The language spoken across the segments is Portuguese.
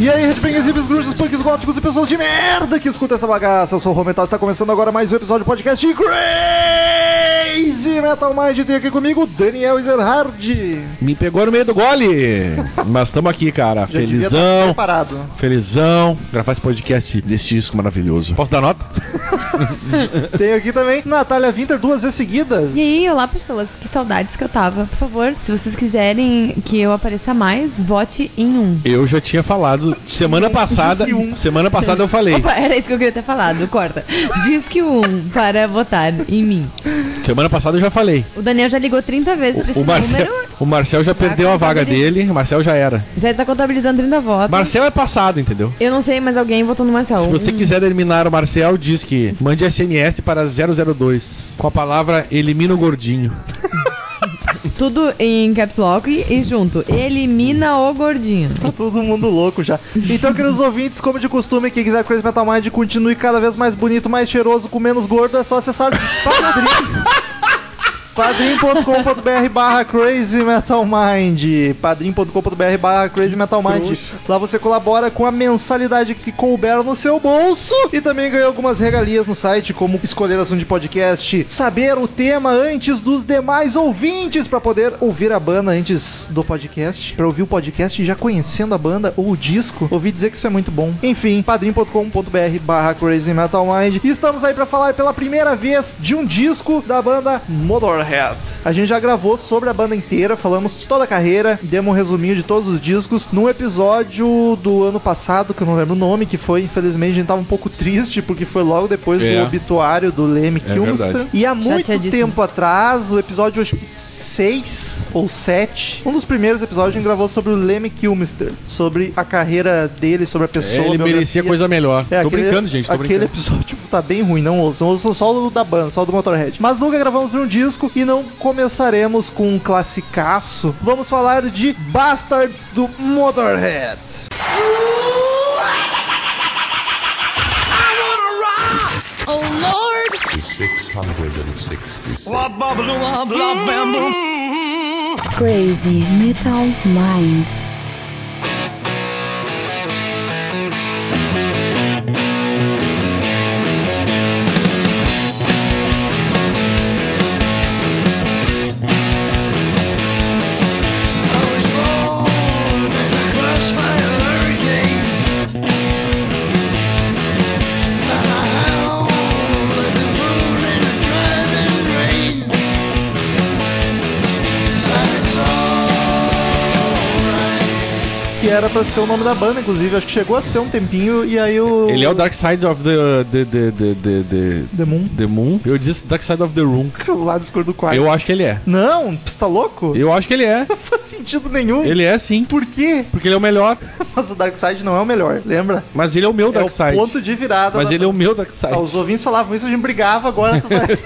Muito bem, exibes, grujos, punks, góticos e pessoas de merda que escuta essa bagaça. Eu sou o Romental e está começando agora mais um episódio do podcast de Crazy Metal Mind. E Tem aqui comigo Daniel Ezerhard. Me pegou no meio do gole. Mas estamos aqui, cara. Já devia estar Felizão. preparado. Felizão. Gravar esse podcast desse disco maravilhoso. Posso dar nota? Tem aqui também Natália Winter duas vezes seguidas. E aí, olá pessoas, que saudades que eu tava. Por favor, se vocês quiserem que eu apareça mais, vote em um. Eu já tinha falado semana passada. Diz que um. Semana passada eu falei. Opa, era isso que eu queria ter falado, corta. Diz que um para votar em mim. Semana passada eu já falei. O Daniel já ligou 30 vezes pra O, esse o Marcel, número. o Marcel já perdeu a vaga contabiliza. dele. O Marcel já era. Já está contabilizando 30 votos. Marcel é passado, entendeu? Eu não sei, mas alguém votou no Marcel. Se você Um- quiser eliminar o Marcel, diz que mande SMS para 002 com a palavra elimina o gordinho. Tudo em caps lock e, e junto. Elimina o gordinho. Tá todo mundo louco já. Então, queridos ouvintes, como de costume, quem quiser que o Crazy Metal Mind continue cada vez mais bonito, mais cheiroso, com menos gordo, é só acessar Padrim. padrim.com.br barra Crazy Metal Mind padrim.com.br barra Crazy Metal Mind Lá você colabora com a mensalidade que couber no seu bolso e também ganha algumas regalias no site, como escolher assunto de podcast, saber o tema antes dos demais ouvintes pra poder ouvir a banda antes do podcast, Pra ouvir o podcast já conhecendo a banda ou o disco. Ouvi dizer que isso é muito bom. Enfim, padrim.com.br barra Crazy Metal Mind. E Estamos aí pra falar pela primeira vez de um disco da banda Motorhead. A gente já gravou sobre a banda inteira, falamos toda a carreira, demos um resuminho de todos os discos num episódio do ano passado, que eu não lembro o nome, que foi, infelizmente, a gente tava um pouco triste, porque foi logo depois É. do obituário do Leme É Kilmstra. verdade. E há muito Chateadíssimo. tempo atrás, o episódio acho que 6 ou 7, um dos primeiros episódios a gente gravou sobre o Leme Kilmister, sobre a carreira dele, sobre a É, pessoa. ele a merecia biografia. coisa melhor. É, tô aquele- brincando, gente. Tô aquele brincando. episódio tá bem ruim, não ouçam. Ouçam só o da banda, só o do Motorhead. Mas nunca gravamos nenhum disco e não começaremos com um classicaço. Vamos falar de Bastards do Motorhead. Crazy Metal Mind. Que era pra ser o nome da banda, inclusive. Acho que chegou a ser um tempinho e aí o. Ele é o Dark Side of the. the, the, the, the, the- The Moon. the Moon? Eu disse Dark Side of the Room. O lado escuro do quarto. Eu acho que ele é. Não, você tá louco? Eu acho que ele é. Não faz sentido nenhum. Ele é sim. Por quê? Porque ele é o melhor. Mas o Darkseid não é o melhor, lembra? Mas ele é o meu É o Dark Side. ponto de virada. Mas da- ele é o meu Dark Side. Ah, os ouvintes falavam isso, a gente brigava, agora tu vai,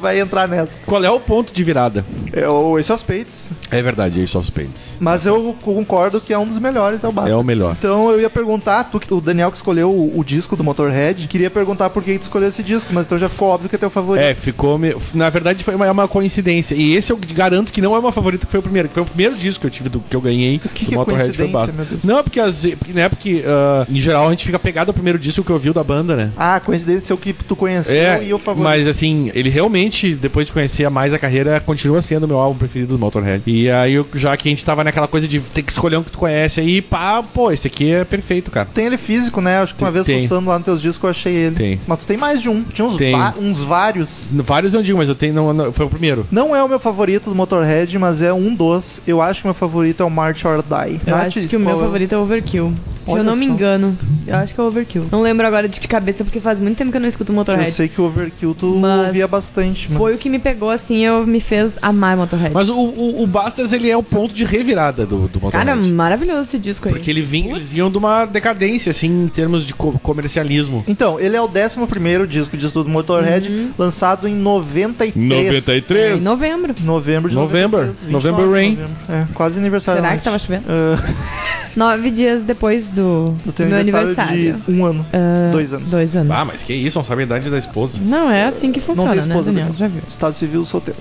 vai entrar nessa. Qual é o ponto de virada? É o Ace of Spades. É verdade, Ace of Spades. Mas eu concordo que é um dos melhores, é o Bastards. É o melhor. Então eu ia perguntar, tu, que- o Daniel que escolheu o, o disco do Motorhead, queria perguntar por que tu escolheu esse disco, mas então já ficou óbvio que é teu favorito. É, ficou. me- Na verdade, foi uma, é uma coincidência. E esse eu garanto que não é uma favorita, que foi o primeiro. Que foi o primeiro disco que eu tive do, que eu ganhei. O que que é coincidência, meu Deus? Não, é porque, às ve- porque, né, porque ah, em geral a gente fica pegado ao primeiro disco que eu ouviu da banda, né? Ah, coincidência é o que tu conheceu É, e o favorito. mas assim, ele realmente, depois de conhecer mais a carreira, continua sendo meu álbum preferido do Motorhead. E aí, eu- já que a gente tava naquela coisa de ter que escolher um que tu conhece, aí pá, pô, esse aqui é perfeito, cara. Tem ele físico, né? Acho que uma vez Tem. fuçando lá nos teus discos eu achei ele. Tem. Mas tu tem mais de um. Tinha uns, Tem. va- uns vários. Vários eu não digo, mas eu tenho. Não, não- foi o primeiro. Não é o meu favorito do Motorhead, mas é um dos. Eu acho que meu favorito é o March or Die. Eu Nath, acho que o meu qual é favorito é o Overkill. Se Olha eu não me só. engano, eu acho que é o Overkill. Não lembro agora de cabeça, porque faz muito tempo que eu não escuto Motorhead. Eu sei que o Overkill tu Mas ouvia bastante. mas- Foi o que me pegou assim, eu me fez amar Motorhead. Mas o, o, o Bastards, ele é o ponto de revirada do, do Motorhead. Cara, maravilhoso esse disco aí. Porque ele vinha, eles vinham de uma decadência, assim, em termos de co- comercialismo. Então, ele é o 11 disco de estudo Motorhead, lançado em 93. Uhum. É, em novembro. Novembro de November. 93, 29 November de Rain. novembro. É, quase aniversário. Será da que tava Nath. chovendo? Ah, Nove dias depois do, Do do teu meu aniversário, aniversário. de um ano. dois anos. Dois anos. Ah, mas que isso, não sabe a idade da esposa. Não é assim que funciona, tem esposa, né, Daniel? Daniel. Já viu. Estado civil solteiro.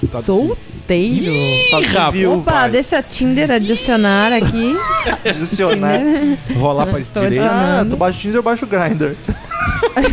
Estado Solteiro. Estado rapaz. civil. Opa, vai. deixa a Tinder adicionar aqui. Adicionar. né? Rolar pra Estou direita. Ah, Adicionando. tu baixa o Tinder, eu baixo o Grindr.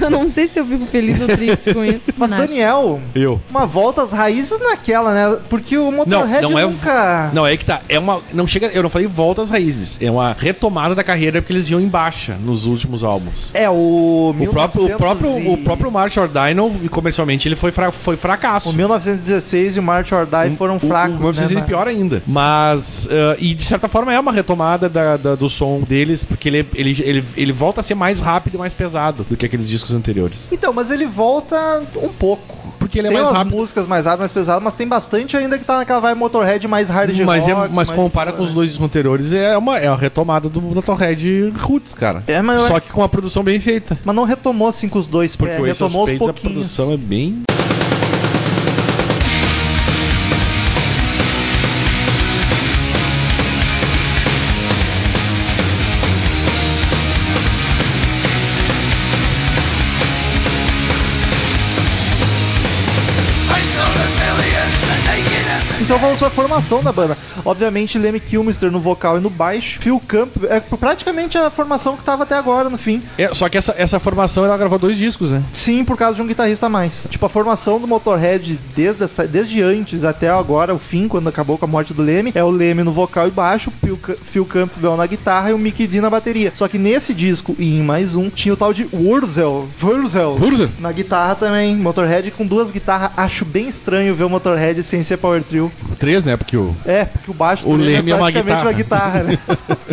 Eu não sei se eu fico feliz ou triste com isso. Mas, Nada. Daniel, Eu. uma volta às raízes naquela, né? Porque o Motorhead não é- nunca... Não, é que tá. É uma. Não chega. Eu não falei volta às raízes. É uma retomada da carreira porque eles iam em baixa nos últimos álbuns. É, o... O próprio, o próprio, 1900 o e- próprio March Ordinal, comercialmente, ele foi, fra- foi fracasso. Um, O 1916 e o March or Die foram fracos, O, o, o né? é mas- pior ainda. Mas, ah, e de certa forma é uma retomada da- da- do som deles, porque ele, ele, ele, ele volta a ser mais rápido e mais pesado do que aqueles discos anteriores. Então, mas ele volta um pouco. Porque ele é tem mais umas rápido. músicas mais rápidas, mais pesadas, mas tem bastante ainda que tá naquela vibe Motorhead mais hard de Mas, é, rock, mas mais- compara com os dois discos anteriores, é uma, é uma retomada do Motorhead Roots, cara. É, mas eu Só que com uma produção bem feita. Mas não retomou assim com os dois, Porque porque o Ace of retomou aos Spades, a pouquinhos. produção é bem... Então vamos pra formação da banda. Obviamente, Lemmy Kilmister no vocal e no baixo. Phil Campbell, é praticamente a formação que tava até agora, no fim. É, só que essa, essa formação, ela gravou dois discos, né? Sim, por causa de um guitarrista a mais. Tipo, a formação do Motorhead desde, essa- desde antes até agora, o fim, quando acabou com a morte do Leme, é o Leme no vocal e baixo, o Phil Ca- Phil Campbell na guitarra e o Mickey D na bateria. Só que nesse disco e em mais um, tinha o tal de Wurzel. Wurzel. Wurzel. Na guitarra também, Motorhead com duas guitarras. Acho bem estranho ver o Motorhead sem ser Power Trio. Três, né? Porque o... É, porque o baixo O também Leme é uma praticamente uma guitarra, né?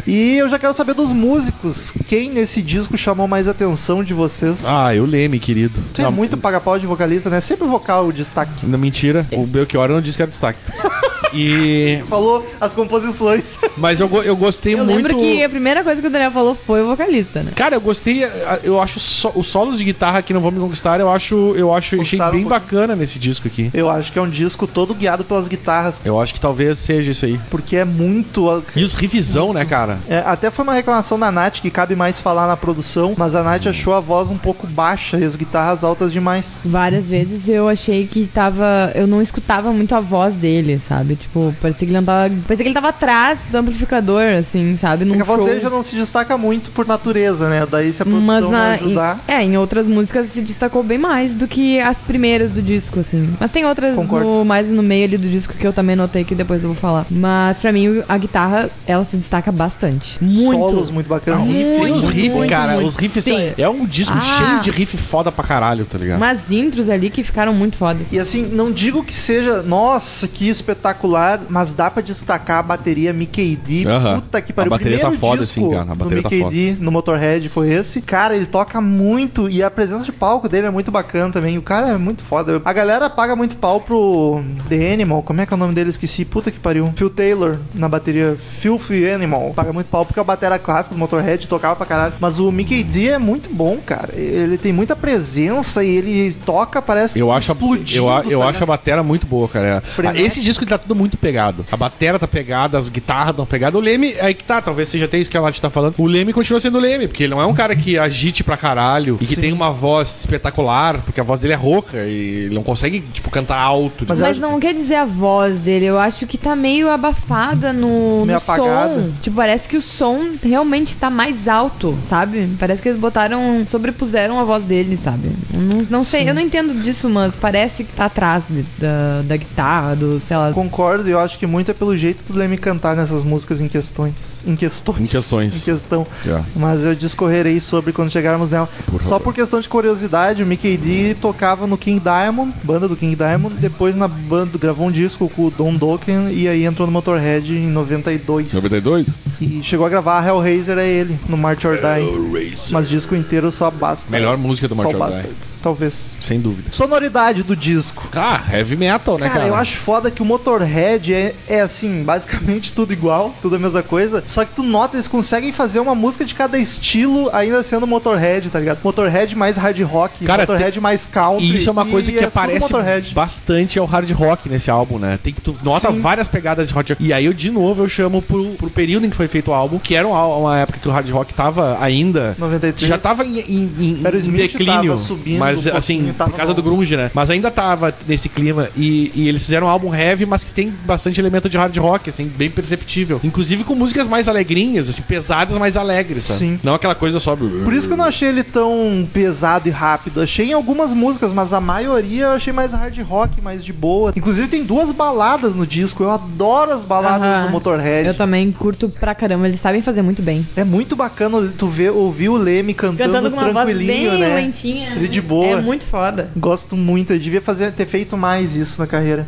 e eu já quero saber dos músicos. Quem nesse disco chamou mais atenção de vocês? Ah, eu Leme, querido. Tu é Não, muito paga-pau de vocalista, né? Sempre o vocal o destaque. Não, mentira. O Belchior não disse que era destaque. E... Falou as composições. Mas eu, go- eu é gostei Eu muito... lembro que a primeira coisa que o Daniel falou foi o vocalista, né? Cara, eu gostei, a- eu acho so- os solos de guitarra que não vão me conquistar, eu acho, eu acho, achei Conquistaram bem um pouquinho. bacana nesse disco aqui. Eu acho que é um disco todo guiado pelas guitarras, Eu acho que talvez seja isso aí. porque é muito. E os riffzão, né, cara? é, até foi uma reclamação da Nath que cabe mais falar na produção, mas a Nath achou a voz um pouco baixa e as guitarras altas demais. É Várias vezes eu achei que tava. Eu não escutava muito a voz dele, sabe? Tipo, parecia que ele não tava. Parecia que ele tava atrás do amplificador, assim, sabe? Num Porque É a voz show. dele já não se destaca muito por natureza, né? Daí se a produção Mas não na, ajudar. em, é, em outras músicas se destacou bem mais do que as primeiras do disco, assim. Mas tem outras Concordo. no- mais no meio ali do disco que eu também notei que depois eu vou falar. Mas pra mim a guitarra, ela se destaca bastante. Muito. Solos muito bacanas. Riff, Muito, os riffs, muito, cara, muito. os riffs Sim. é um disco Ah. cheio de riff foda pra caralho, tá ligado? Mas intros ali que ficaram muito fodas. E assim, não digo que seja, nossa, que espetacular, mas dá pra destacar a bateria Mickey D. Aham. Puta que pariu. A bateria o primeiro tá foda, disco assim, cara. do A bateria tá Mickey foda. D no Motorhead foi esse. Cara, ele toca muito e a presença de palco dele é muito bacana também. O cara é muito foda. A galera paga muito pau pro The Animal. Como é que é o nome dele? Esqueci. Puta que pariu. Phil Taylor na bateria Filthy Animal. Paga muito pau porque a bateria clássica do Motorhead tocava pra caralho. Mas o Mickey D é muito bom, cara. Ele tem muita presença e ele toca, parece que Eu acho, a, explodindo, eu, a- eu tá acho a batera muito boa, cara. Ah, Frenético. Esse disco ele tá tudo muito pegado. A batera tá pegada, as guitarras estão pegadas. O Leme, aí que tá, talvez seja até isso que a Nath tá falando. O Leme continua sendo o Leme, porque ele não é um cara que agite pra caralho e que Sim. tem uma voz espetacular, porque a voz dele é rouca e ele não consegue, tipo, cantar alto. Mas Mas, digamos não assim. quer dizer a voz dele, eu acho que tá meio abafada no, Meio no apagada. som. Tipo, parece que o som realmente tá mais alto, sabe? Parece que eles botaram, sobrepuseram a voz dele, sabe? Eu Não, não sei, eu não entendo disso, mas parece que tá atrás de- da, da guitarra, do, sei lá. Concordo, e eu acho que muito é pelo jeito do Leme cantar nessas músicas em questões. Em questões. Em questões. Em questão. É. Mas eu discorrerei sobre quando chegarmos nela. Por Só favor. por questão de curiosidade, o Mickey D tocava no King Diamond, banda do King Diamond, depois na banda gravou um disco com o Don Dokken e aí entrou no Motorhead em 92. 92? E chegou a gravar a Hellraiser é ele, no March or Die. Mas disco inteiro só basta. Melhor música do March só or Die. Bastards, Talvez. Sem dúvida. Sonoridade do disco. Ah, heavy metal, né, Cara, cara? eu acho foda que o Motorhead Motorhead é, é assim, basicamente tudo igual, tudo a mesma coisa. Só que tu nota, eles conseguem fazer uma música de cada estilo, ainda sendo Motorhead, tá ligado? Motorhead mais hard rock, Cara, Motorhead mais country. E isso é uma coisa que tudo aparece Motorhead. bastante ao hard rock nesse álbum, né? Tem, tu nota Sim. várias pegadas de hard rock. E aí eu, de novo, eu chamo pro, pro período em que foi feito o álbum, que era uma, uma época que o hard rock tava ainda... 93. Já tava em, em- em- Era o em Smith declínio, tava subindo um mas pouquinho, assim, tava por causa bom. do grunge, né? Mas ainda tava nesse clima e, e eles fizeram um álbum heavy, mas que tem bastante elemento de hard rock, assim, bem perceptível. Inclusive com músicas mais alegrinhas, assim, pesadas, mais alegres, sabe? Sim. Não aquela coisa só... Por isso que eu não achei ele tão pesado e rápido. Achei em algumas músicas, mas a maioria eu achei mais hard rock, mais de boa. Inclusive tem duas baladas no disco. Eu adoro as baladas Aham. do Motorhead. Eu também curto pra caramba, eles sabem fazer muito bem. É muito bacana tu ver, ouvir o Leme cantando, Cantando com uma voz tranquilinho, bem né? lentinha. Tri de boa. É muito foda. Gosto muito, eu devia fazer, ter feito mais isso na carreira.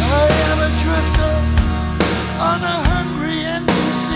I am a drifter on a hungry empty sea.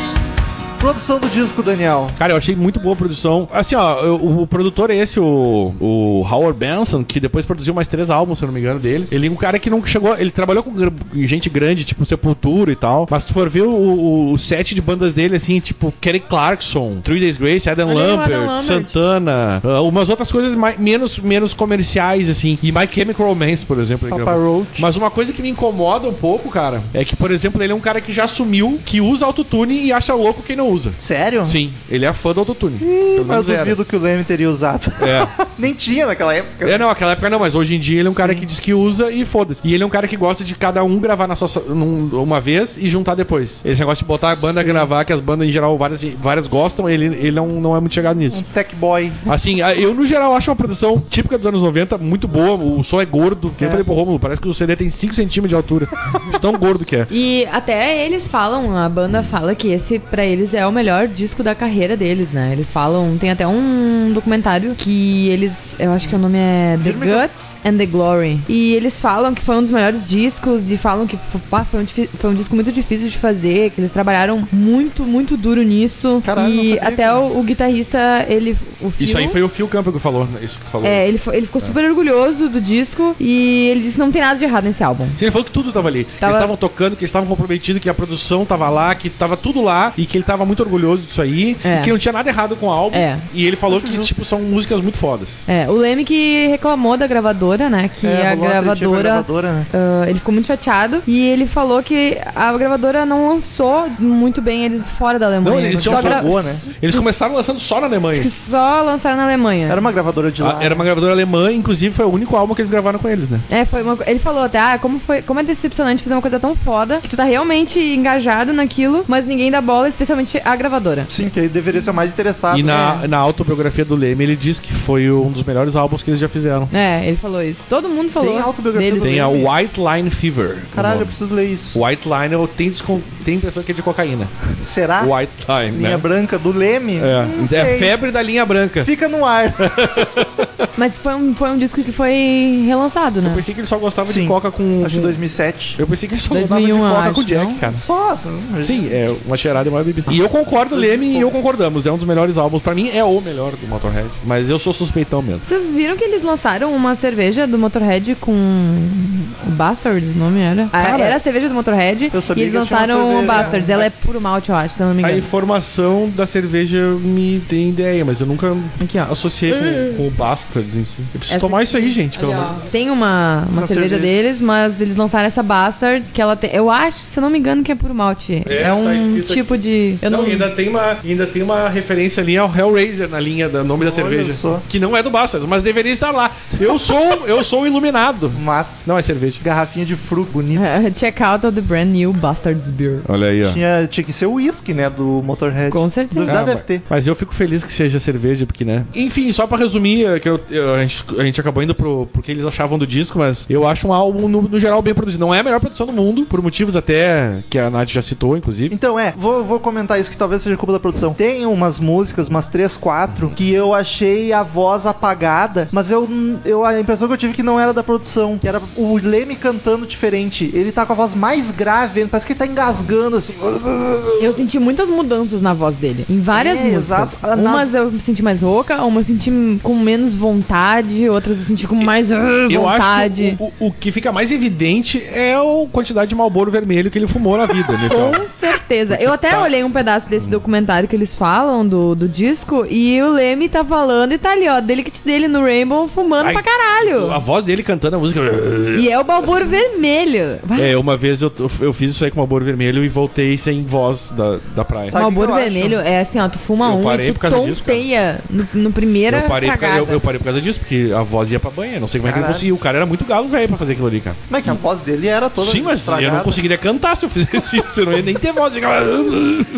Produção do disco, Daniel. Cara, eu achei muito boa a produção. Assim, ó, eu- o produtor é esse, o, o Howard Benson, que depois produziu mais três álbuns, se eu não me engano, deles. Ele é um cara que nunca chegou. Ele trabalhou com gr- gente grande, tipo Sepultura e tal. Mas se tu for ver o, o- o set de bandas dele, assim, tipo Kerry Clarkson, Three Days Grace, Adam Olha aí o Adam Lambert, Lambert. Santana, ah, umas outras coisas mai- menos, menos comerciais, assim. E My Chemical Romance, por exemplo. ele Papa gravou. Roach. Mas uma coisa que me incomoda um pouco, cara, é que, por exemplo, ele é um cara que já assumiu que usa autotune e acha louco quem não usa. Sério? Sim, ele é fã do autotune. Pelo Mas menos eu era. duvido que o Leme teria usado. É. Nem tinha naquela época. é, não, aquela época não, mas hoje em dia ele é um cara Sim. que diz que usa e foda-se. E ele é um cara que gosta de cada um gravar na sua, num- uma vez e juntar depois. Esse negócio de botar a banda a gravar, que as bandas em geral várias, várias gostam, ele, ele não, não é muito chegado nisso. Um tech boy. Assim, a- eu no geral acho uma produção típica dos anos 90 muito boa. O som é gordo. Que É. eu falei pro Romulo, parece que o CD tem 5 centímetros de altura. de tão gordo que é. E até eles falam, a banda fala que esse pra eles é o melhor disco da carreira deles, né? Eles falam, tem até um documentário que eles, eu acho que o nome é The Vira o microfone. Guts and the Glory. E eles falam que foi um dos melhores discos e falam que fo- pá, foi, um, difi- foi um disco muito difícil de fazer, que eles trabalharam muito, muito duro nisso. Caralho, não e sabia até que- o, o guitarrista, ele o Phil, Isso aí foi Ah. o Phil Campbell que falou, né? Isso que falou. é, ele, fo- ele ficou super orgulhoso do disco e ele disse que não tem nada de errado nesse álbum. Sim, ele falou que tudo tava ali. Tava- Eles estavam tocando, que eles estavam comprometidos, que a produção tava lá, que tava tudo lá e que ele tava muito orgulhoso disso aí, É. e que não tinha nada errado com o álbum. É. E ele falou que, tipo, são músicas muito fodas. É, o Leme que reclamou da gravadora, né? Que É, a rolou uma tretinha com a gravadora. gravadora, né? ah, ele ficou muito chateado e ele falou que a gravadora não lançou muito bem eles fora da Alemanha. Não, eles só, tinham gra- Boa, né? Eles começaram lançando só na Alemanha. que só lançaram na Alemanha. Era uma gravadora de lá. Ah, Era uma gravadora alemã, inclusive foi o único álbum que eles gravaram com eles, né? É, foi uma co- Ele falou até, ah, como, foi... como é decepcionante fazer uma coisa tão foda, que tu tá realmente engajado naquilo, mas ninguém dá bola, especialmente a gravadora. Sim, que ele deveria ser o mais interessado. né? E na, é. na autobiografia do Leme, ele diz que foi um dos melhores álbuns que eles já fizeram. É, ele falou isso. Todo mundo falou. Tem autobiografia deles. do Tem a Leme? White Line Fever. Caralho, o eu nome. preciso ler isso. White Line, eu tenho, descon- tenho impressão que é de cocaína. Será? White Line, Ah. Linha né? branca do Leme? Não É. sei. é febre da linha branca. Fica no ar. Mas foi um, foi um disco que foi relançado, né? Eu pensei que ele só gostava Ah. Sim. de coca com. Acho que 2007. Eu pensei que ele só 2001, gostava de coca eu com acho, Jack, não? cara. Só. Sim, é uma cheirada e uma bebida. E eu concordo, Leme e eu concordamos. É um dos melhores álbuns. Pra mim, é o melhor do Motorhead. Mas eu sou suspeitão mesmo. Vocês viram que eles lançaram uma cerveja do Motorhead com. O Bastards, o nome era? Ah, Cara, era a cerveja do Motorhead. eu sabia e eles que tinha uma lançaram o cerveja. Bastards. Ela é puro malte, eu acho, se eu não me A engano. informação da cerveja me tem ideia, mas eu nunca Aqui, ó. associei com, com o Bastards em si. Eu preciso Essa- tomar isso aí, gente, pelo Ali, ó. amor. Tem uma, uma Uma cerveja, cerveja. deles, mas eles lançaram essa Bastards, que ela tem. Eu acho, se eu não me engano, que é puro malte. É, É, tá um escrito tipo de. Eu Não, não, e ainda tem uma, ainda tem uma referência ali ao Hellraiser na linha do nome da cerveja, só. que não é do Bastards, mas deveria estar lá. Eu sou, eu sou o iluminado. Mas, Não é cerveja. garrafinha de fruto bonita. Check out of the brand new Bastards Beer. Olha aí, ó. Tinha, tinha que ser o uísque, né? Do Motorhead. Com certeza. Duvidar Ah, deve mas- ter. Mas eu fico feliz que seja cerveja, porque, né? Enfim, só pra resumir, eh, que eu eu- eu- a, gente, a gente acabou indo pro, pro que eles achavam do disco, mas eu acho um álbum, no, no geral, bem produzido. Não é a melhor produção do mundo, por motivos até que a Nath já citou, inclusive. Então, é, vou, vou comentar isso que talvez seja culpa da produção. Tem umas músicas, umas três, quatro, que eu achei a voz apagada, mas eu, eu a impressão que eu tive é que não era da produção, que era o Leme cantando diferente. Ele tá com a voz mais grave, parece que ele tá engasgando assim. Eu senti muitas mudanças na voz dele. Em várias É, músicas. exato. Ah, na- Umas eu me senti mais rouca, uma eu senti com menos vontade, outras eu senti com mais ah, Eu acho vontade. que o, o- o que fica mais evidente é a quantidade de malboro vermelho que ele fumou na vida né, nesse álbum. Com certeza. Eu até Tá. olhei um pedaço desse documentário que eles falam do, do disco e o Leme tá falando e tá ali, ó, dele que te dele no Rainbow fumando Ai, pra caralho. A voz dele cantando a música. E é o balburo vermelho. Vai, É, uma vez eu, eu fiz isso aí com malboro vermelho e voltei sem voz da, da praia. Sabe o que balburo eu acho? vermelho é assim, ó, tu fuma Eu um parei e por tu causa disso, tonteia no, no primeira Eu parei, por causa, cagada. eu, eu parei por causa disso, porque a voz ia pra banheiro. Não sei como é que ele Caralho. conseguiu. O cara era muito galo velho pra fazer aquilo ali, cara. Mas é que a voz dele era toda Sim, mas eu não estragada. conseguiria cantar se eu fizesse isso. Eu não ia nem ter voz. Eu ficava- "Ah,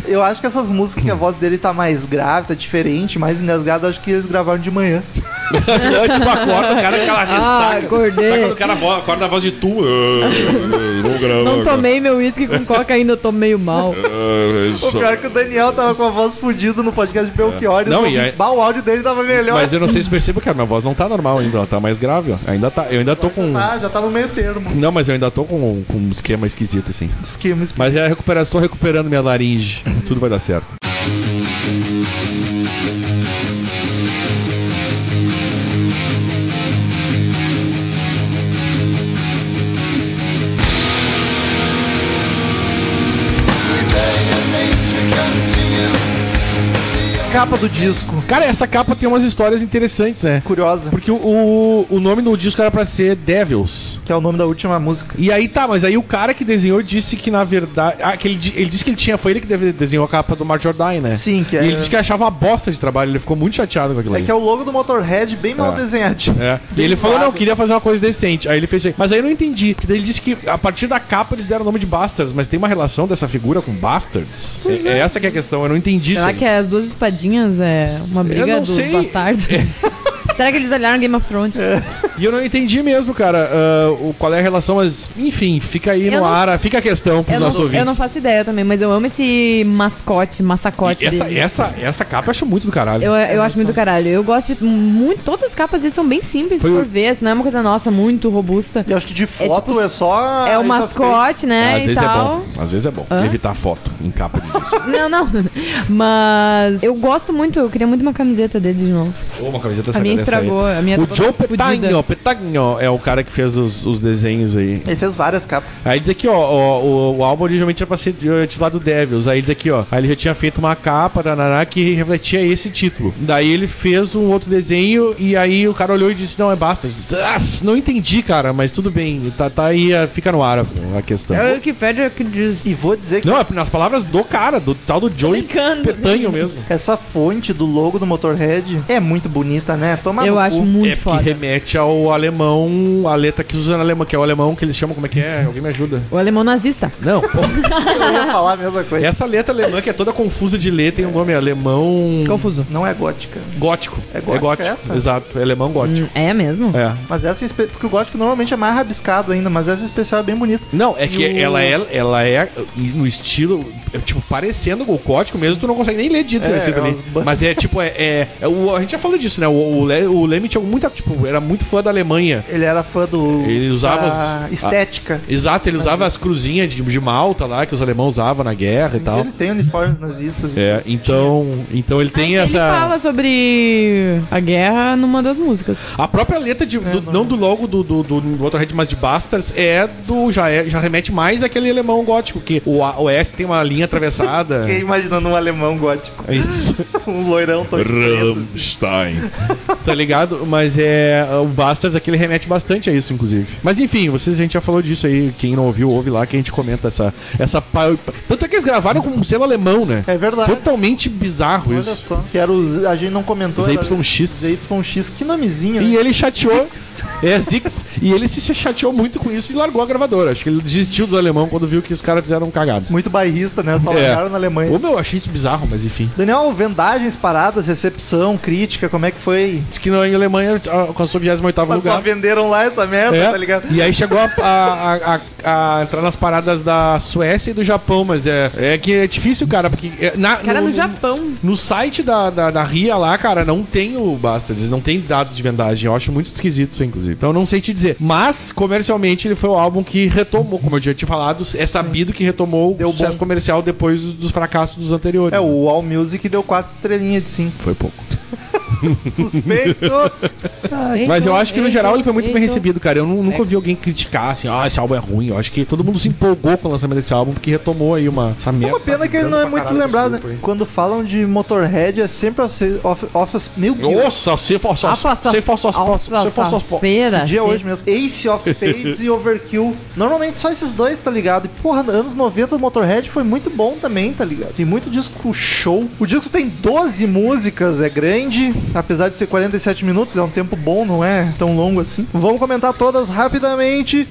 Eu acho que essas músicas que a voz dele tá mais grave, tá diferente, mais engasgada, acho que eles gravaram de manhã. tipo, acorda, o cara com aquela Ah, ressaca. acordei. Sabe quando o cara vo- acorda a voz de tu? "Ah." Vou gravar. Não tomei meu uísque com coca ainda, eu tô meio mal. O pior é que o Daniel tava com a voz fudida no podcast de Belchior. É. Não, os e ouvintes, aí- bah, o áudio dele tava melhor. Mas eu não sei se percebo, cara. Minha voz não tá normal ainda, ó. Tá mais grave, ó. Ainda tá. Eu ainda tô com. Ah, já tá no meio termo. Não, mas eu ainda tô com, com um esquema esquisito, assim. Esquema, esquema. Mas é a recuperação, tô recuperando minha laringe. Tudo vai dar certo. Capa do disco. Cara, essa capa tem umas histórias interessantes, né? Curiosa. Porque o, o, o nome do disco era pra ser Devils. Que é o nome da última música. E aí tá, mas aí o cara que desenhou disse que na verdade. Ah, que ele, di- ele disse que ele tinha. Foi ele que deve- desenhou a capa do Mark Jordan, né? Sim, que E é. ele disse que achava uma bosta de trabalho, ele ficou muito chateado com aquilo É aí. que é o logo do Motorhead bem mal É. desenhadinho. É. E Bem ele falou, zoado. não, queria fazer uma coisa decente. Aí ele fez isso aí. Mas aí eu não entendi. Porque daí ele disse que a partir da capa eles deram o nome de Bastards, mas tem uma relação dessa figura com Bastards? É, é essa que é a questão, eu não entendi Será isso. que é? as duas espadinhas é uma briga não dos sei. É. bastardos? Será que eles olharam Game of Thrones? E eu não entendi mesmo, cara, ah, o, qual é a relação, mas enfim, fica aí Eu no não ar, sei. fica a questão pros Eu nossos não, ouvintes. eu não faço ideia também, mas eu amo esse mascote, massacote. E essa, é dele. essa, essa capa eu acho muito do caralho. Eu, eu acho muito do caralho. Eu gosto de muito. Todas as capas deles são bem simples Foi por o- ver, assim, não é uma coisa nossa muito robusta. E acho que de foto é, tipo, só. Ah, é Ace o of mascote, né? Às e vezes tal. é bom. Às vezes é bom. Evitar foto em capa de disco. Não, não. Mas eu gosto muito, eu queria muito uma camiseta dele de novo. Ô, uma camiseta A minha dessa aí. estragou, a minha O tá Joe toda Petagno, fudida. Petagno é o cara que fez os, os desenhos aí. Spades. Ele fez várias capas. Aí diz aqui, ó, ó, o, o álbum originalmente era pra ser eh, titulado Devils. Aí diz aqui, ó, aí ele já tinha feito uma capa da Naná que refletia esse título. Daí ele fez um outro desenho e aí o cara olhou e disse: Não, é Bastards. Ah, não entendi, cara, mas tudo bem. Tá, tá aí, ah, fica no ar a, a questão. É o Wikipedia que diz. E vou dizer que Não, é nas palavras do cara, do tal do Joey brincando. Petanho mesmo. essa fonte do logo do Motorhead é muito bonita, né? Toma eu no acho cu. muito é porque foda. remete ao alemão, a letra que usa no alemão, que é o alemão que eles chamam, como é que é? Alguém me ajuda. O alemão nazista. Não, pô, Eu ia falar a mesma coisa. essa letra alemã que é toda confusa de ler, tem um nome alemão Confuso. Não é gótica. gótico. É gótico essa? exato, é alemão gótico. É mesmo? É. Mas essa. é espe- Porque o gótico normalmente é mais rabiscado ainda, mas essa especial é bem bonita. Não, é que E o- ela é ela é no estilo, é, tipo, parecendo o gótico mesmo, tu não consegue nem ler dito que é É, escrito ali. umas ban- Mas é tipo, é, é- é o- a gente já falou disso, né? O, o, Le- o Leme tinha muita, tipo, era muito fã da Alemanha. Ele era fã do. Ele usava da as- estética. Exato, ele é- usava as cruzinhas de, de malta lá que os alemães usavam na guerra e Ah, tal. Ele tem uniformes nazistas. É, então, então ele tem Ele essa. fala sobre a guerra numa das músicas. A própria letra, de, do- não do logo do, do, do, Motorhead, mas de Bastards, é do. Já, é- já remete mais àquele alemão gótico, que o, A- o S tem uma linha atravessada. Fiquei imaginando um alemão gótico. É Isso, um loirão todo. preto, assim. tá ligado? Mas é. O Bastards aqui ele remete bastante a isso, inclusive. Mas enfim, vocês a gente já falou disso aí. Quem não ouviu, ouve lá que a gente comenta essa. essa pa- Tanto é que eles gravaram com um selo alemão, né? É verdade. Totalmente bizarro Olha isso. só. Que era os. A gente não comentou. era- ZYX. ZYX, que nomezinho. E né? ele chateou. Zix. É, Zix. E ele se chateou muito com isso e largou a gravadora. Acho que ele desistiu dos alemão quando viu que os caras fizeram um cagado. Muito bairrista, né? Só É. largaram na Alemanha. Ô, meu, eu achei isso bizarro, mas enfim. Daniel, vendagens, paradas, recepção, crítica, como é que foi? Diz que na em Alemanha alcançou o 28 Mas só lugar. venderam lá essa merda, É, tá ligado? E aí chegou a, a- a- a- a entrar nas paradas da Suécia e do Japão, mas é, é que é difícil, cara, porque. é, na- Cara, no Japão. no site da, da, da RIA lá, cara, não tem o Basta, eles não tem dados de vendagem. Eu acho muito esquisito isso, inclusive. Então eu não sei te dizer. Mas, comercialmente, ele foi o álbum que retomou, como eu já tinha falado, é sabido que retomou Deu o sucesso bom. comercial depois dos, dos fracassos dos anteriores. É, o All Music deu quatro estrelinhas de cinco. Foi pouco. Suspeito! Ah, Mas eu acho que, no geral, ele É. foi muito bem recebido. recebido, cara. Eu nu- nunca vi alguém criticar, assim, ah, esse álbum é ruim. Eu acho que todo mundo se empolgou com o lançamento desse álbum, porque retomou aí uma... Essa É uma pena que ele não é muito lembrado, né? Quando falam de Motorhead, é sempre Office. office meu Deus! Nossa, se for só... Se for só... Se for só... Que é dia é hoje mesmo. Ace of Spades e Overkill. Normalmente só esses dois, tá ligado? E porra, anos 90 do Motorhead foi muito bom também, tá ligado? Tem muito disco show. O disco tem 12 músicas, é grande. Apesar de ser 47 minutos, é um tempo bom, não é tão longo assim. Vamos comentar todas rapidamente.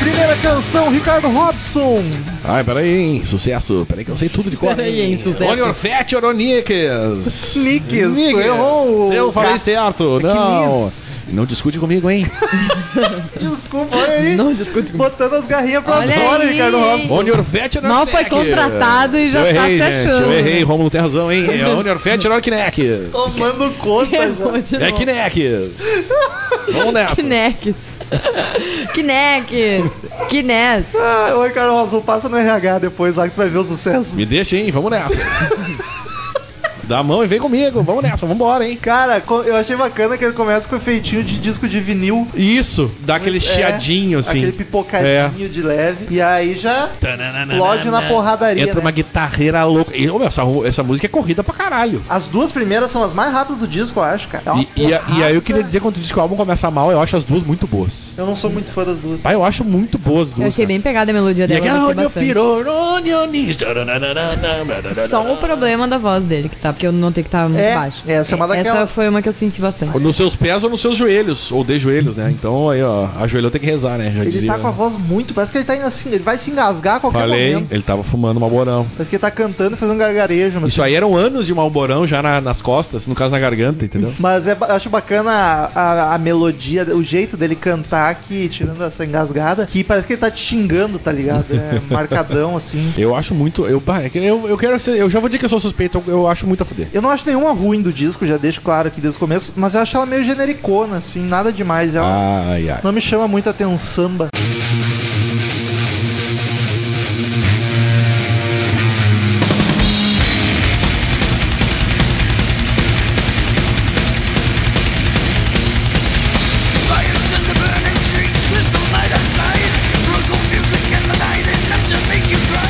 Primeira canção, Ricardo Robson. Ai, peraí, hein? Sucesso. Peraí que eu sei tudo de cor. Peraí, hein? Sucesso. On your fat or on Nickers. Nickers, tu errou o Eu falei gato. certo. É que Não. Nis. Não discute comigo, hein? Desculpa, olha aí. Não, discute comigo. Botando as garrinhas pra Olha fora, aí. Ricardo Robson. On your fat or on Mal foi Knickers. contratado e já eu tá errei, se gente. achando. Eu errei, Romulo tem razão, hein? É on your fat or on Knickers. Tomando conta já. É Kneckers. Vamos nessa. Kinex. Kinex. Kines. Ah, Oi, Ricardo Robson, passa no RH depois lá que tu vai ver o sucesso. Me deixa, hein? Vamos nessa. Dá a mão e vem comigo. Vamos nessa, vambora, hein? Cara, co- eu achei bacana que ele começa com o efeitinho de disco de vinil. Isso, dá aquele chiadinho, assim. É, É. Aquele pipocadinho de leve. E aí já explode na porradaria. Entra né? uma guitarreira louca. E, ô, meu, essa, essa música é corrida pra caralho. As duas primeiras são as mais rápidas do disco, eu acho, cara. É uma E, e a- e aí eu porrada. queria dizer, quando tu diz que o álbum começa mal, eu acho as duas muito boas. Eu não sou muito fã das duas. Pai, eu acho muito boas as duas. Eu achei cara. bem pegada a melodia E dela. aquela eu onde gostei né, eu bastante. piro, onde eu nis, taranana, Só o problema da voz dele que tá, porque eu notei que tá muito É, baixo. essa é uma Essa daquelas- foi uma que eu senti bastante. Ou Nos seus pés ou nos seus joelhos, ou de joelhos, né? Então aí, ó, ajoelhou tem que rezar, né? Já Ele dizia, tá com a né? voz é muito. Parece que ele tá indo assim, ele vai se engasgar a qualquer Falei, momento. ele tava fumando uma borão. Parece que ele tá cantando e fazendo gargarejo. Mas, Isso aí eram anos de malborão já na- nas costas, no caso na garganta, entendeu? mas é ba- eu acho bacana a, a- a melodia, o jeito dele cantar que tirando essa engasgada, que parece que ele tá te xingando, tá ligado? É marcadão assim. Eu acho muito. Eu, pá, é que eu, eu quero ser. Eu já vou dizer que eu sou suspeito, eu, eu acho muito a fuder. Eu não acho nenhuma ruim do disco, já deixo claro aqui desde o começo, mas eu acho ela meio genericona, assim, nada demais. Ah. Ela Ai, ai. não me chama muita atenção. ba.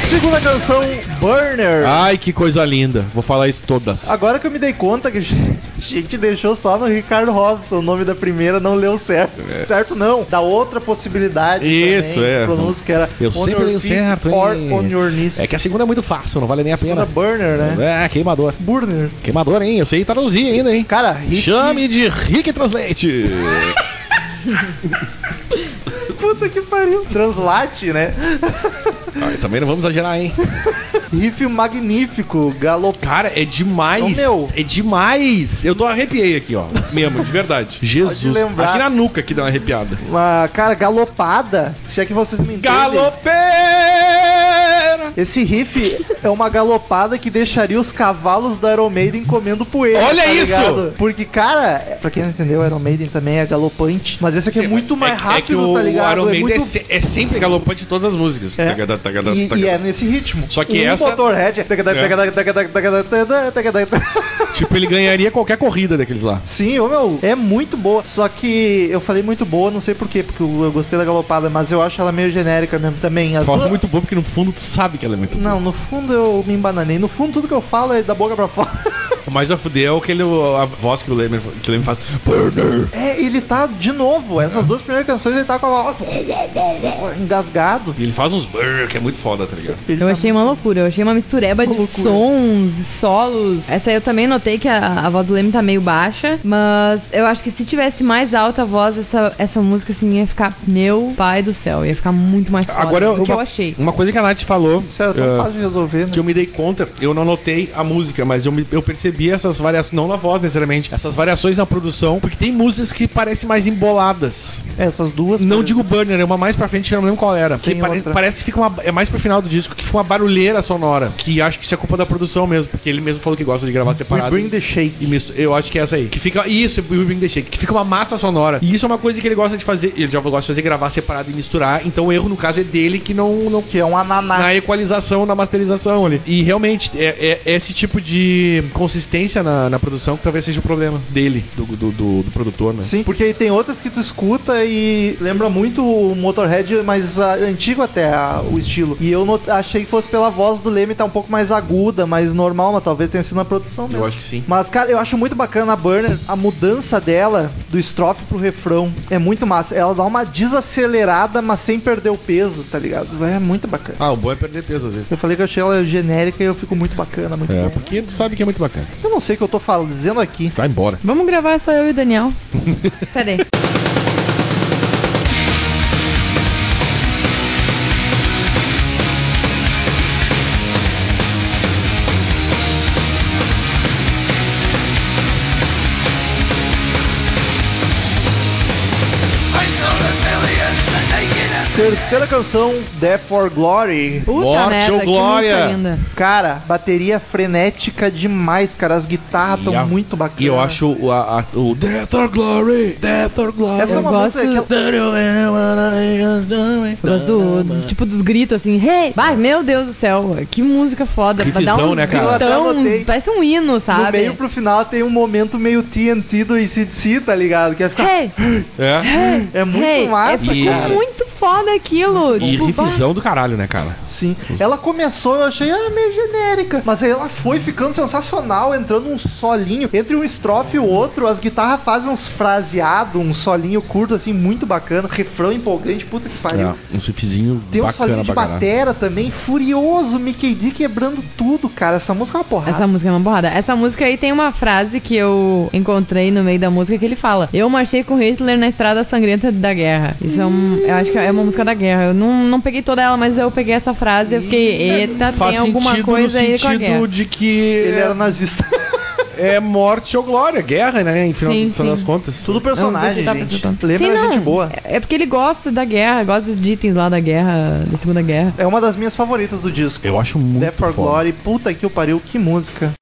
Segunda canção, Burner. Ai, que coisa linda. Vou falar isso todas. Agora que eu me dei conta que a gente deixou só no Ricardo Robson, o nome da primeira não leu certo. Certo não, da outra possibilidade É. Isso, também, de é. pronúncia que era Eu on sempre your leio feet certo, hein? or on your knees. É que a segunda é muito fácil, não vale nem a Segunda pena. Burner, né? É, queimador. Burner. Queimador, hein? Eu sei traduzir ainda, hein? Cara, Rick... Chame de Rick Translate. Puta que pariu. Translate, né? Ai, também não vamos exagerar, hein? Riff magnífico, galopante. Cara, é demais. Ô, meu. É demais. Eu tô arrepiei aqui, ó. Mesmo, de verdade. Só de Jesus. lembrar. Aqui na nuca que dá uma arrepiada. Uma, ah, cara, galopada. Se é que vocês me entendem. Galopeira! Esse riff é uma galopada que deixaria os cavalos do Iron Maiden comendo poeira. tá Olha isso! Porque, cara, pra quem não entendeu, Iron Maiden também é galopante. Mas esse aqui é muito mais é que rápido, o tá ligado? Iron é Maiden é, muito... se- é sempre galopante em todas as músicas. É. Tagada, tagada, E, e tagada. é nesse ritmo. Só que o essa- Motorhead é... Tipo, ele ganharia qualquer corrida daqueles lá. Sim, ô meu, é muito boa. Só que eu falei muito boa, não sei porquê, porque eu eu gostei da galopada, mas eu acho ela meio genérica mesmo também. As Fala duas- muito bom, porque no fundo tu sabe que que ela é muito Não, no fundo eu me embananei. No fundo tudo que eu falo é da boca pra fora. boa. Mas a fuder é o que ele, a voz que o Leme, que o Leme faz. Burner. É, ele tá de novo. Essas duas primeiras canções ele tá com a voz engasgado. E ele faz uns burner, que é muito foda, tá ligado? Ele Eu tá- achei uma loucura, eu achei uma mistureba de Uma loucura. sons e solos. Essa eu também notei que a, a voz do Leme tá meio baixa, mas eu acho que se tivesse mais alta a voz, essa, essa música assim ia ficar, meu pai do céu, ia ficar muito mais foda Agora do que uma, eu achei. Uma coisa que a Nath falou. Isso era tão eh, fácil de resolver, né? que eu me dei conta, eu não notei a música, mas eu, me- eu percebi essas variações, não na voz necessariamente, essas variações na produção, porque tem músicas que parecem mais emboladas. Essas duas. Não por digo burner, é uma mais pra frente que eu não lembro qual era. Que Tem pare- outra. parece que fica uma. É mais pro final do disco que fica uma barulheira sonora. Que acho que isso é culpa da produção mesmo, porque ele mesmo falou que gosta de gravar exemplo, We separado. Bring the E Shake. misto- eu acho que é essa aí. Que fica. Isso, We Bring the Shake. Que fica uma massa sonora. E isso é uma coisa que ele gosta de fazer. Ele já gosta de fazer gravar separado e misturar. Então o erro, no caso, é dele que não, não Que é um ananá. na equalização, na masterização ali. E realmente, é, é esse tipo de consistência na, na produção que talvez seja o problema dele, do, do, do- do produtor, né? Sim, porque aí tem outras que tu escuta e lembra muito o Motorhead, mas ah, antigo até ah, o estilo. E eu not- achei que fosse pela voz do Leme tá um pouco mais aguda, mais normal, mas talvez tenha sido na produção mesmo. acho que sim. Mas, cara, eu acho muito bacana a Burner, a mudança dela do estrofe pro refrão. É muito massa. Ela dá uma desacelerada, mas sem perder o peso, tá ligado? É muito bacana. Ah, o bom é perder peso às vezes. Eu falei que eu achei ela genérica e eu fico muito bacana, muito É, bom. porque tu sabe que é muito bacana. Eu não sei o que eu tô falando, dizendo aqui. Vai embora. Vamos gravar só eu e o Daniel. Cadê? I sold a million to the naked and Terceira canção, Death for Glory. Puta Morte merda, ou que glória? música linda. Cara, bateria frenética demais, cara. As guitarras E a- estão muito bacanas. E eu acho o, a- a- o Death or Glory, Death or Glory. é Essa é uma Eu música gosto- que. Eu gosto do, do- tipo dos gritos assim, hey! Vai, meu Deus do céu, que música foda. Que Dá visão, uns né, cara? Eu até gritão, uns- anotei. parece um hino, No sabe? tá meio pro final tem um momento meio TNT do ICDC, tá ligado? Que é, ficar... Hey! É. é muito Hey, massa, essa- E- cara. é Muito foda aquilo. E tipo, bah. riffzão do caralho, né, cara? Sim. Ela começou, eu achei, ah, meio genérica. Mas aí ela foi ficando sensacional, entrando um solinho. Entre um estrofe e o outro, as guitarras fazem uns fraseados, um solinho curto, assim, muito bacana. Refrão empolgante, puta que pariu. um riffzinho Tem um bacana solinho de pra caralho. batera também, furioso, Mickey D quebrando tudo, cara. Essa música é uma porrada. Essa música é uma borrada. Essa música aí tem uma frase que eu encontrei no meio da música que ele fala: Eu marchei com Hitler na estrada sangrenta da guerra. Isso é um. Eu acho que é uma música da guerra. Eu não, não peguei toda ela, mas eu peguei essa frase e eu fiquei: Eita, tem alguma coisa aí com a guerra. de que Ele era nazista. é morte ou glória, guerra, né? Em final, Sim, no final sim. das contas. Tudo personagem, Não, deixa eu gente. dar pra Lembra Tá Sim, a não. gente boa. É é porque ele gosta da guerra, gosta dos itens lá da guerra, da Segunda Guerra. É uma das minhas favoritas do disco. Eu acho É muito Death for foda. Glory, puta que o pariu, que música.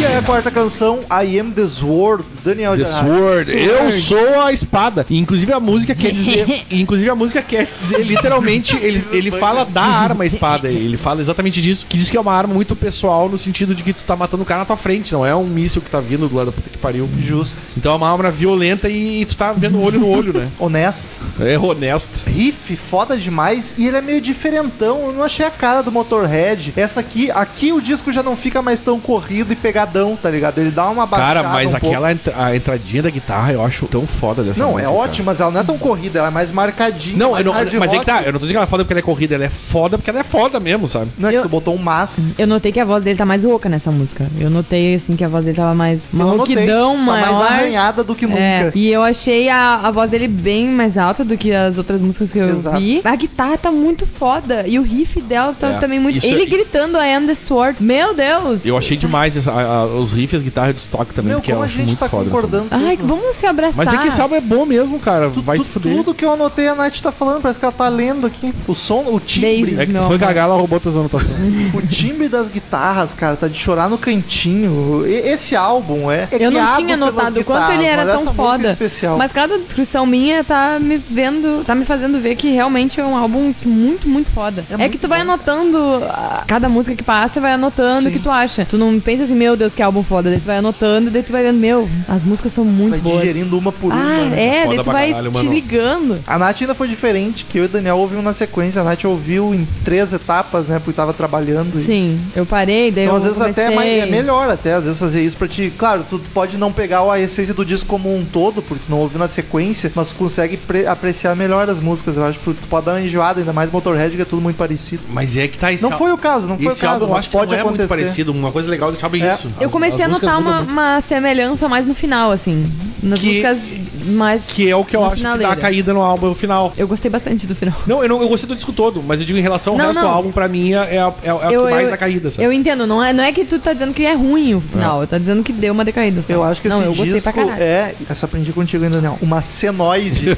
E aí é a quarta canção, I Am The Sword, Daniel The Gerard. Ah, Sword. Eu sou a espada. E, inclusive a música quer dizer. e, inclusive a música quer dizer literalmente. Ele, ele fala da arma espada. Ele fala exatamente disso. Que diz que é uma arma muito pessoal no sentido de que tu tá matando o cara na tua frente. Não é um míssil que tá vindo do lado da puta que pariu. Justo, Então é uma arma violenta e tu tá vendo olho no olho, né? honesto. É honesto. riff foda demais e ele é meio diferentão. Eu não achei a cara do Motorhead. Essa aqui, aqui o disco já não fica mais tão corrido e pegadão, tá ligado? Ele dá uma baixada Cara, mas um pouco. aquela entra- a entradinha da guitarra eu acho tão foda dessa Não, é música, cara. ótimo, mas ela não é tão corrida, ela é mais marcadinha. Não, eu mais não hard mas é que rock. tá. Eu não tô dizendo que ela é foda porque ela é corrida. Ela é foda porque ela é foda mesmo, sabe? Não é que Eu- Hum, tu botou um mas. Eu notei que a voz dele tá mais rouca nessa música. Eu notei, assim, que a voz dele tava mais. Uma Eu anotei. rouquidão tá mais maior. arranhada do que nunca. É, e eu achei a, a voz dele bem mais alta do que as outras músicas que eu Exato. vi. A guitarra tá muito foda. E o riff dela tá É, também muito. isso Ele é- gritando I am the sword. Meu Deus! Eu achei demais essa- a- a- os riffs, as guitarras de estoque também, Meu, porque eu como a é um acho gente muito tá foda. essa concordando. Ai, tudo. vamos se música. abraçar. Mas é que esse álbum é bom mesmo, cara. Tu- Vai tu- se fuder. Tudo que eu anotei, a Nath tá falando, parece que ela tá lendo aqui. O som, o timbre. Daisy. É que tu Meu foi amor. cagar, ela roubou tuas anotações. O timbre das guitarras, cara, tá de chorar no cantinho. E- Esse álbum é. é Eu não guiado tinha pelas notado o quanto guitarras, ele era mas essa tão música é foda. especial. Mas cada descrição minha tá me vendo, tá me fazendo ver que realmente é um álbum que muito, muito foda. É, que tu vai anotando ah, cada música que passa, vai anotando o Sim. que tu acha. Tu não pensa assim, meu Deus, que álbum foda. Daí tu vai anotando, daí tu vai vendo, meu, as músicas são muito Vai boas. digerindo uma por uma. Ah, né? é, Foda daí tu pra vai caralho, te mano. ligando. A Nath ainda foi diferente, que eu e o Daniel ouvimos na sequência. A Nath ouviu em três etapas, né? Porque tava trabalhando. e- Sim, eu parei, daí Então, eu às vezes, até é, mais- comecei. é melhor, até, às vezes, fazer isso pra te. Claro, tu pode não pegar a essência do disco como um todo, porque tu não ouviu na sequência, mas tu consegue pre- apreciar melhor as músicas, eu acho. Porque tu pode dar uma enjoada, ainda mais Motorhead, que é tudo muito parecido. Mas é que tá esse não al- foi o caso, não foi o Esse caso, álbum eu mas acho que pode não é muito acontecer. parecido. Uma coisa legal desse álbum é, É. isso. Eu As- comecei as a músicas notar uma, mudam muito. uma semelhança mais no final, assim. Nas Que- músicas mais. Que é o que eu no acho que dá a finaleira. caída no álbum no final. Eu gostei bastante do final. Não eu, não, eu gostei do disco todo, mas eu digo em relação ao Não, resto não. do álbum, pra mim, é, é, a- é, a- é a Eu- que mais eu- dá caída, sabe? Eu entendo, não é, não é que tu tá dizendo que é ruim o final, tá dizendo que deu uma decaída. só. Eu acho que não, esse eu gostei disco pra caralho. é. Essa aprendi contigo ainda, Daniel. Uma senoide.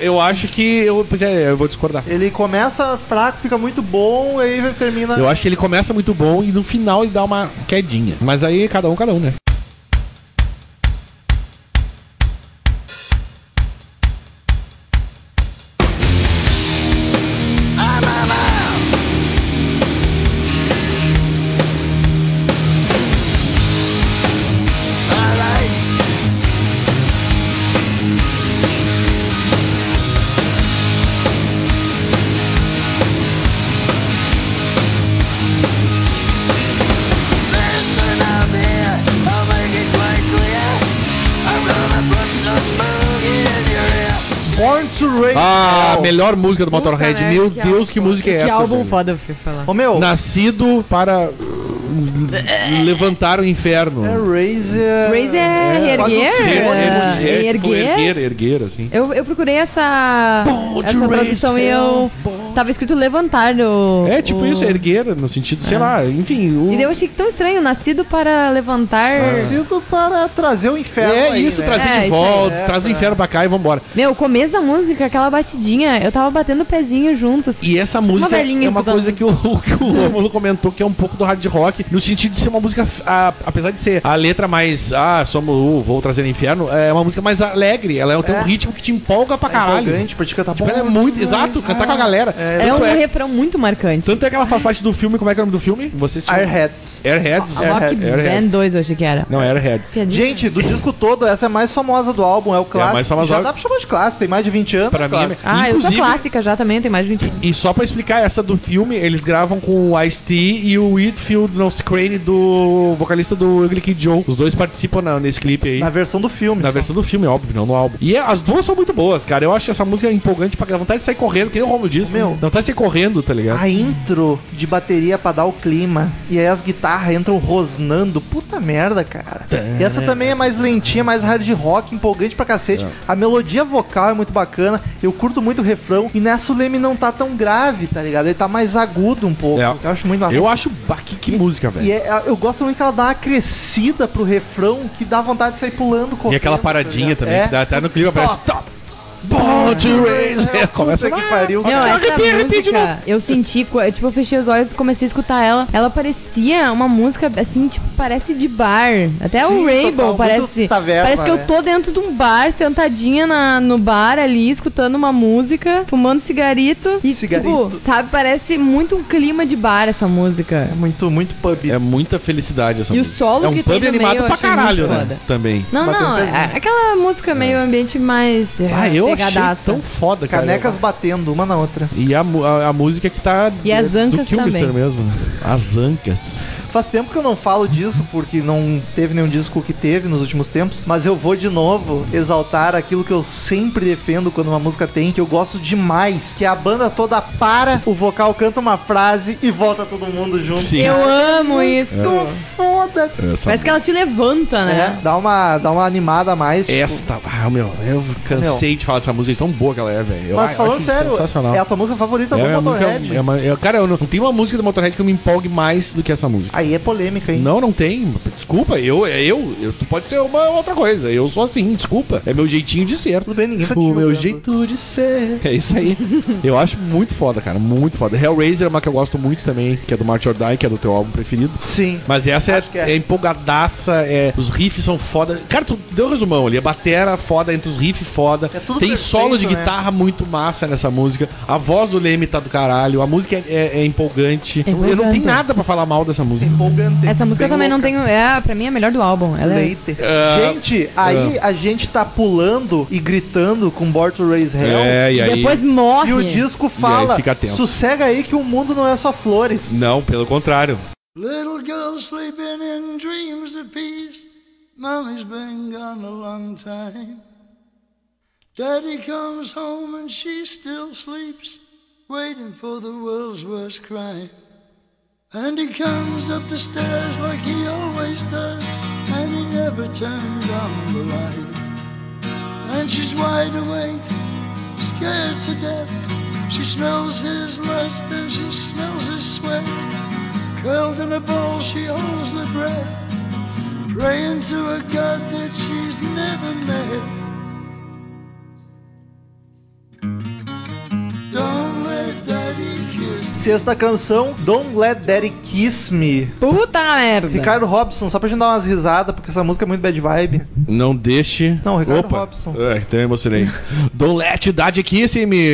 Eu acho que. Eu, pois é, eu vou discordar. ele começa fraco, fica muito bom, aí termina. Eu acho que ele começa muito bom e no final ele dá uma quedinha. Mas aí cada um, cada um, né? Born to Rain. Ah, É a melhor música do Puta Motorhead. merda, Meu né? álbum Deus, que foda. música é essa? Que álbum velho? foda eu fui falar. Ô meu, Nascido para uh, levantar o inferno. é Razer. Razer é quase um reerguer? sinônimo É, de- é, em tipo, erguer? erguer, erguer, assim. Eu, eu procurei essa, Bold essa tradução race e eu. Tava escrito levantar o. É tipo o- isso, erguer, no sentido, sei lá, enfim. O... É. E um daí eu achei que tão estranho, nascido para levantar. Ah. Nascido É para trazer o inferno. é aí, isso, né? trazer É, isso de aí. volta, É, traz o tá. inferno pra cá e vambora. Meu, o começo da música, aquela batidinha, eu tava batendo o pezinho junto, assim. E essa música velhinha é uma escutando. coisa que o, que o Rômulo comentou que é um pouco do hard rock, no sentido de ser uma música, a- apesar de ser a letra mais, ah, somos, uh, vou trazer o inferno, é uma música mais alegre, ela tem um É. ritmo que te empolga pra É caralho. empolgante pra te cantar Tipo, ela é bom. muito, exato, cantar com a galera. É, É Tanto um é- refrão muito marcante. Tanto é que ela faz parte do filme, como é que é o nome do filme? Vocês tinham- Airheads. Airheads. A Rock É, Airheads. Band 2 eu achei que era. Não, Airheads. Piadinha. Gente, do disco todo, essa é a mais famosa do álbum, é o clássico. mais famosa. Já dá pra chamar de clássico, tem mais de 20 anos. Pra é mim, clássico. Ah, eu sou Inclusive- clássica já também, tem mais de 20 anos. E só pra explicar, essa do filme, eles gravam com o Ice-T e o Whitfield Nose Crane do vocalista do Ugly Kid Joe. Os dois participam na- nesse clipe aí. Na versão do filme. Na versão do filme, óbvio, não no álbum. E é- as duas são muito boas, cara. Eu acho essa música empolgante pra dá vontade de sair correndo, que nem o Romulo disse. Meu. Dá vontade de sair correndo, tá ligado? A intro de bateria pra dar o clima. E aí as guitarras entram rosnando. Puta merda, cara. E essa também é mais lentinha, mais hard rock, empolgante pra cacete. A melodia vocal é muito bacana. Eu curto muito o refrão. E nessa o Leme não tá tão grave, tá ligado? Ele tá mais agudo um pouco. É. Eu acho muito massa. Eu acho bah, que, que música, velho. E é- eu gosto muito que ela dá uma crescida pro refrão que dá vontade de sair pulando correndo. E aquela tá paradinha ligado? também, É. que dá até no clima, parece. Stop! Born to raise! É, Começa puta que pariu. Não, Não, essa arrepia, arrepia de música, eu senti, co- eu, tipo, eu fechei os olhos e comecei a escutar ela. Ela parecia uma música, assim, tipo, parece de bar. Até Sim, o Rainbow total, parece. muito taverna, parece que né? eu tô dentro de um bar, sentadinha na, no bar ali, escutando uma música, fumando cigarito. E, Cigarito. tipo, sabe, parece muito um clima de bar essa música. É muito, muito pub. É muita felicidade essa E o música. solo é um que pub tem no animado meio, eu pra achei caralho, muito né? foda. Também. Não, Bateu É. um não, é- pezinho. aquela música meio ambiente mais. é, Ah, eu pegadaça. achei tão foda, cara. Canecas batendo uma na outra. E a, mu- a, a música que tá E as do ancas Kilmister também. mesmo. né? As ancas. Faz tempo que eu não falo disso, porque não teve nenhum disco que teve nos últimos tempos, mas eu vou de novo exaltar aquilo que eu sempre defendo quando uma música tem, que eu gosto demais, que é a banda toda para, o vocal canta uma frase e volta todo mundo junto. Sim. Eu amo isso. Tô foda! Essa- Parece que ela te levanta, né? É, dá uma, dá uma animada a mais. tipo, Esta. Ah, meu, eu cansei de falar dessa música, de tão boa que ela é, velho. Eu Mas a- falando acho sério, sensacional. é a tua música favorita É a minha do música- Motorhead. é uma- eu- cara, eu não, não tem uma música do Motorhead que eu me empolgue mais do que essa música. Aí é polêmica, hein? Não, não tem. Desculpa, eu, é eu, eu. Tu pode ser uma outra coisa. Eu sou assim, desculpa. É meu jeitinho de ser. Tudo bem, ninguém tá te O meu julgando. jeito de ser. É isso aí. eu acho muito foda, cara. Muito foda. Hellraiser é uma que eu gosto muito também, que é do March or Die, que é do teu álbum preferido. Sim. Mas essa é, Acho que é. é empolgadaça, é, os riffs são foda. Cara, tu deu um resumão ali. A batera foda, entre os riffs foda. É tudo Tem solo de perfeito, né? guitarra muito massa nessa música. A voz do Leme tá do caralho. A música é, é- é empolgante. É Eu não empolgante. tenho nada pra falar mal dessa música. Empolgante. Essa música eu Bem também não louca. tenho. É, pra mim é a melhor do álbum. Ela é. Later. gente, É. aí a gente tá pulando e gritando com Born to Raise Hell. É, e aí. Depois morre. E o disco E aí fala, fica tenso. sossega aí que o mundo não é só flores. Não, pelo contrário. Little girl sleeping in dreams of peace. Mommy's been gone a long time. Daddy comes home and she still sleeps, waiting for the world's worst crime. And he comes up the stairs like he always does, and he never turns on the light. And she's wide awake, scared to death. She smells his lust and she smells his sweat. Curled in a ball, she holds her breath, praying to a God that she's never met. Don't let daddy kiss. Sexta canção, Don't Let Daddy Kiss Me. Puta merda. Ricardo Robson, só pra gente dar umas risadas, porque essa música é muito bad vibe. Não deixe. Não, Ricardo Robson. É, então eu emocionei. Don't let idade kiss me.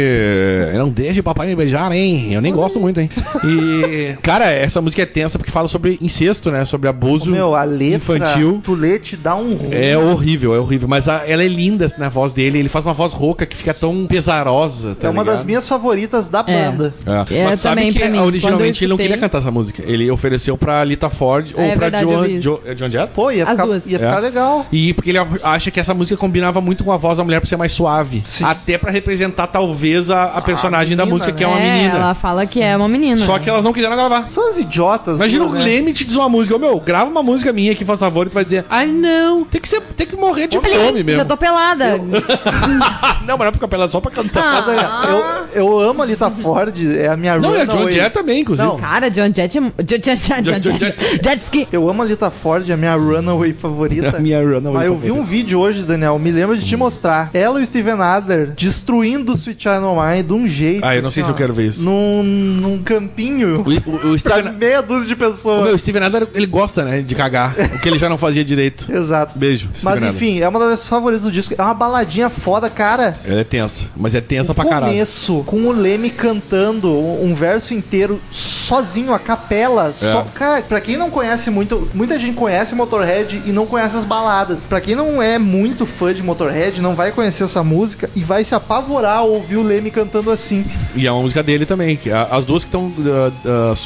Não deixe papai me beijar, hein? Eu nem gosto muito, hein? E. Cara, essa música é tensa porque fala sobre incesto, né? Sobre abuso Meu, a letra, infantil. tu lê, te dá um ruim. É horrível, é horrível. Mas a- ela é linda na voz dele. Ele faz uma voz rouca que fica tão pesarosa. É tá uma ligado? das minhas favoritas da É. banda. É. É, Mas sabe também, que pra mim. Quando eu originalmente ele não escutei- queria cantar essa música. Ele ofereceu pra Lita Ford ou É pra verdade, eu Joan, vi isso. Jo- é Joan Jett. Pô, ia As ficar, duas. ia É. ficar legal. E porque ele acha que essa música combinava muito com a voz da mulher pra ser mais suave. Sim. Até pra representar, talvez, a, a personagem da menina, música, que é né? uma menina. Ela fala que é uma menina. Só que elas não quiseram gravar. São as idiotas. Imagina o duas, né? Leme te diz uma música. Ô, meu, grava uma música minha aqui, faz favor, e tu vai dizer, ai não, tem que, ser, tem que morrer de fome Já mesmo. tô pelada. Não, mas não é pra ficar pelado, só pra cantar. Ah, Daniel, Eu, eu amo a Lita Ford, é a minha Não, é a John Runaway. Jett também, inclusive. Não. Cara, John Jett é. mu- John Jett. John John Jett. John Jett. Jett. Jet ski. Eu amo a Lita Ford, é a minha Runaway favorita. A minha Runaway Mas eu vi favorita. um vídeo hoje, Daniel, me lembro de te mostrar. Ela e o Steven Adler destruindo o Sweet Child O' Mine de um jeito. Ah, eu não sei assim, se eu ó, quero ver isso. Num, num campinho O, o, o pra Steven, meia dúzia de o pessoas. meu, o Steven Adler, ele gosta, né, de cagar. o que ele já não fazia direito. Exato. Beijo, Mas Steven Adler. enfim, é uma das minhas favoritas do disco. É uma baladinha foda, cara. Ela é tensa, mas é tensa O pra caralho. começo, com o Leme cantando um um verso inteiro sozinho, a capela. É. Só, cara, pra quem não conhece muito, muita gente conhece Motorhead e não conhece as baladas. Pra quem não é muito fã de Motorhead, não vai conhecer essa música e vai se apavorar ao ouvir o Leme cantando assim. E é uma música dele também. que a- as duas que estão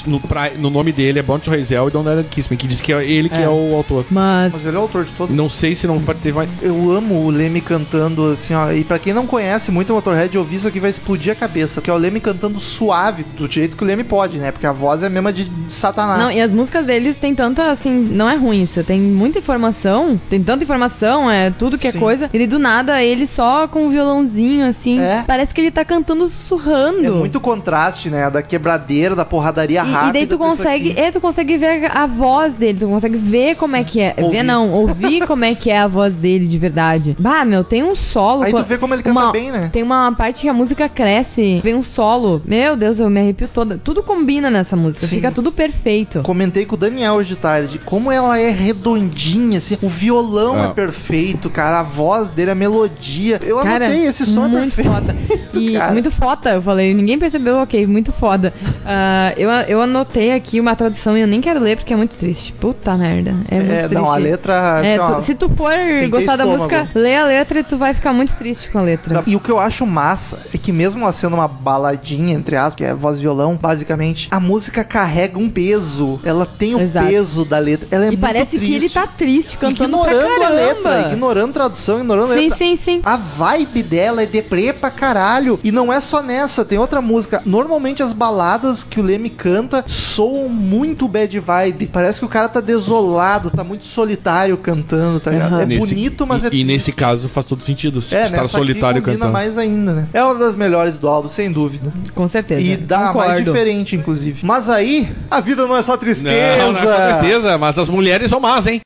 no, pra- no nome dele é Born to Raise Hell e Don't Let It Kiss Me, que diz que é ele que é, o autor. Mas Mas. ele é o autor de todo. Não sei se não pode ter mais. Eu amo o Leme cantando assim, ó. E pra quem não conhece muito o Motorhead, ouvir isso aqui vai explodir a cabeça. Que é o Leme cantando suave, do jeito que o Leme pode, né? Porque a voz é a mesma de Satanás. Não, e as músicas deles tem tanta, assim, não é ruim isso. Tem muita informação, tem tanta informação, é tudo que Sim. é coisa. E daí, do nada, ele só com o violãozinho, assim. É. Parece que ele tá cantando sussurrando. É muito contraste, né? Da quebradeira, da porradaria rápida. E, e daí tu com isso consegue, aqui. é, tu consegue ver a voz dele, tu consegue ver como é que é. Ouvir. Ver não, ouvir como é que é a voz dele de verdade. Bah, meu, tem um solo. Aí co- tu vê como ele canta uma- bem, né? Tem uma parte que a música cresce, vem um solo. Meu Deus, eu me arrepio toda. Tudo combina nessa música, Sim. fica tudo perfeito. Comentei com o Daniel hoje de tarde como ela é redondinha, assim. O violão é, É. perfeito, cara. A voz dele, a melodia. Eu Cara, anotei, esse som é muito perfeito. foda. E cara. muito foda, eu falei, ninguém percebeu, ok, muito foda. Ah, eu, eu anotei aqui uma tradução e eu nem quero ler porque é muito triste. Puta merda. É, muito É, triste. não, a letra. É, assim, ó, tu- se tu for ter gostar da estômago. Tá música, lê a letra e tu vai ficar muito triste com a letra. E o que eu acho massa é que mesmo ela sendo uma baladinha, entre aspas, que é voz e violão, basicamente, a música carrega um peso. Ela tem o Exato. peso da letra. Ela é e muito parece que ele triste. tá triste, cantando pra ignorando a letra, tá caramba. ignorando tradução, ignorando a Sim, letra. sim, sim. A vibe dela é deprê pra caralho. E não é só nessa, tem outra música. Normalmente as baladas que o Leme canta soam muito bad vibe. Parece que o cara tá desolado, tá muito solitário cantando, tá ligado? Aham. É Nesse- bonito, mas e, é E triste. nesse caso faz todo sentido. É, estar nessa solitário aqui combina cantando. mais ainda, né? É uma das melhores do álbum, sem dúvida. Com certeza. E dá a mais É, Concordo. diferente, inclusive. Mas aí, a vida não é só Não, tristeza. não é só tristeza, mas as mulheres são más, hein?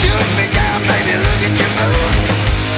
Shoot me down, baby, look at your mood.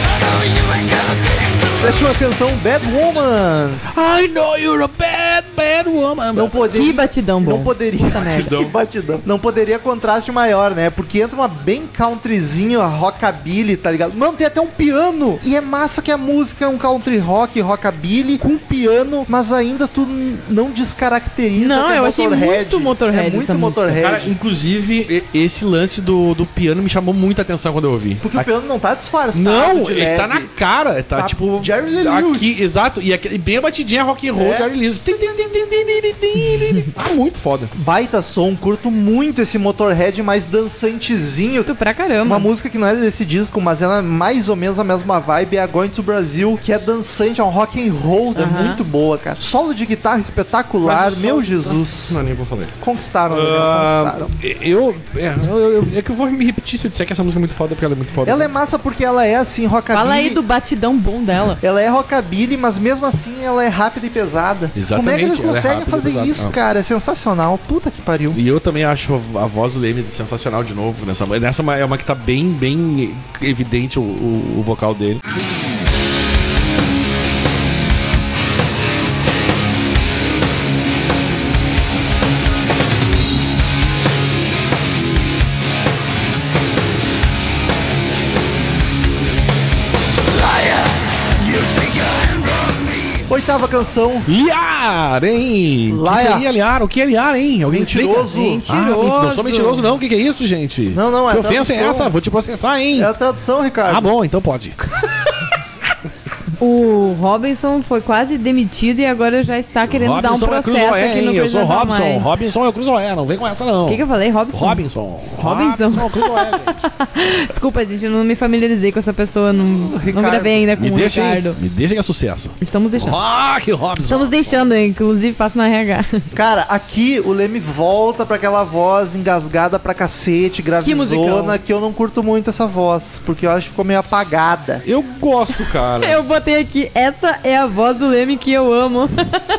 I know you ain't got a thing to Sétima canção, Bad Woman. I know you're a bad quero uma. Não poderia. Que batidão bom. Não poderia. Puta merda. Que batidão. Não poderia contraste maior, né? Porque entra uma bem countryzinho, rockabilly, tá ligado? Mano, tem até um piano. E é massa que a música é um country rock, rockabilly, com piano, mas ainda tu n- não descaracteriza. Não, que é eu achei Motorhead. muito Motorhead É muito essa música. motorhead. Cara, inclusive, e- esse lance do, do piano me chamou muita atenção quando eu ouvi. porque o piano não tá disfarçado. Não, de ele leve. tá na cara, tá, Tá tipo. Jerry Lee Lewis. aqui, exato, e, aqui, e bem a batidinha rock and roll, É. Jerry Lee Lewis. Tim, tim, tim, tim, tim, tim, tim, tim. Ah, muito foda. Baita som, curto muito esse motorhead mais dançantezinho. Tu pra caramba. Uma música que não é desse disco, mas ela é mais ou menos a mesma vibe, é a Going to Brasil, que é dançante, é um rock and roll, é Aham. muito boa, cara. Solo de guitarra espetacular, Mas o meu som- Jesus. Não, nem vou falar isso. Conquistaram, né? Ah, conquistaram. eu, é, eu- eu- é que eu vou me repetir se eu disser que essa música é muito foda, porque ela é muito foda. Ela é massa porque ela é assim, rockabilly. Fala aí do batidão bom dela. Ela é rockabilly, mas mesmo assim ela é rápida e pesada. Como é que Exatamente, eles ela é conseguem rápida e fazer pesada. isso, Ah. cara? É sensacional. Puta que pariu. E eu também acho a voz do Leme sensacional de novo. Nessa, nessa é uma- é uma que tá bem, bem evidente o, o- o vocal dele. Oitava canção. Liar, hein? Liar. Que seria liar? O que é liar, hein? Alguém Mentiroso. Explica? Ah, menti- não sou mentiroso, não. O que, que é isso, gente? Não, não, é Que ofensa é tradução. essa? Vou te processar, hein? É a tradução, Ricardo. Ah, bom, então pode. O Robinson foi quase demitido e agora já está querendo dar um é processo Cruzoé, aqui hein? no Eu sou Presidente da Robson. Mãe. Robinson é o Cruzoé, não vem com essa, não. O que, que eu falei? Robson? Robinson. Robinson. Robinson é o Cruzoé, gente. Desculpa, gente, eu não me familiarizei com essa pessoa. Não, não Ricardo. gravei ainda com Me o deixa, hein? Ricardo. Me deixa que é sucesso. Estamos deixando. Rock, Robinson. Estamos deixando, inclusive, passo na RH. Cara, aqui o Leme volta pra aquela voz engasgada pra cacete, gravizona, musicão. que, eu não curto muito essa voz, porque eu acho que ficou meio apagada. Eu gosto, cara. Eu botei aqui, essa é a voz do Leme que eu amo.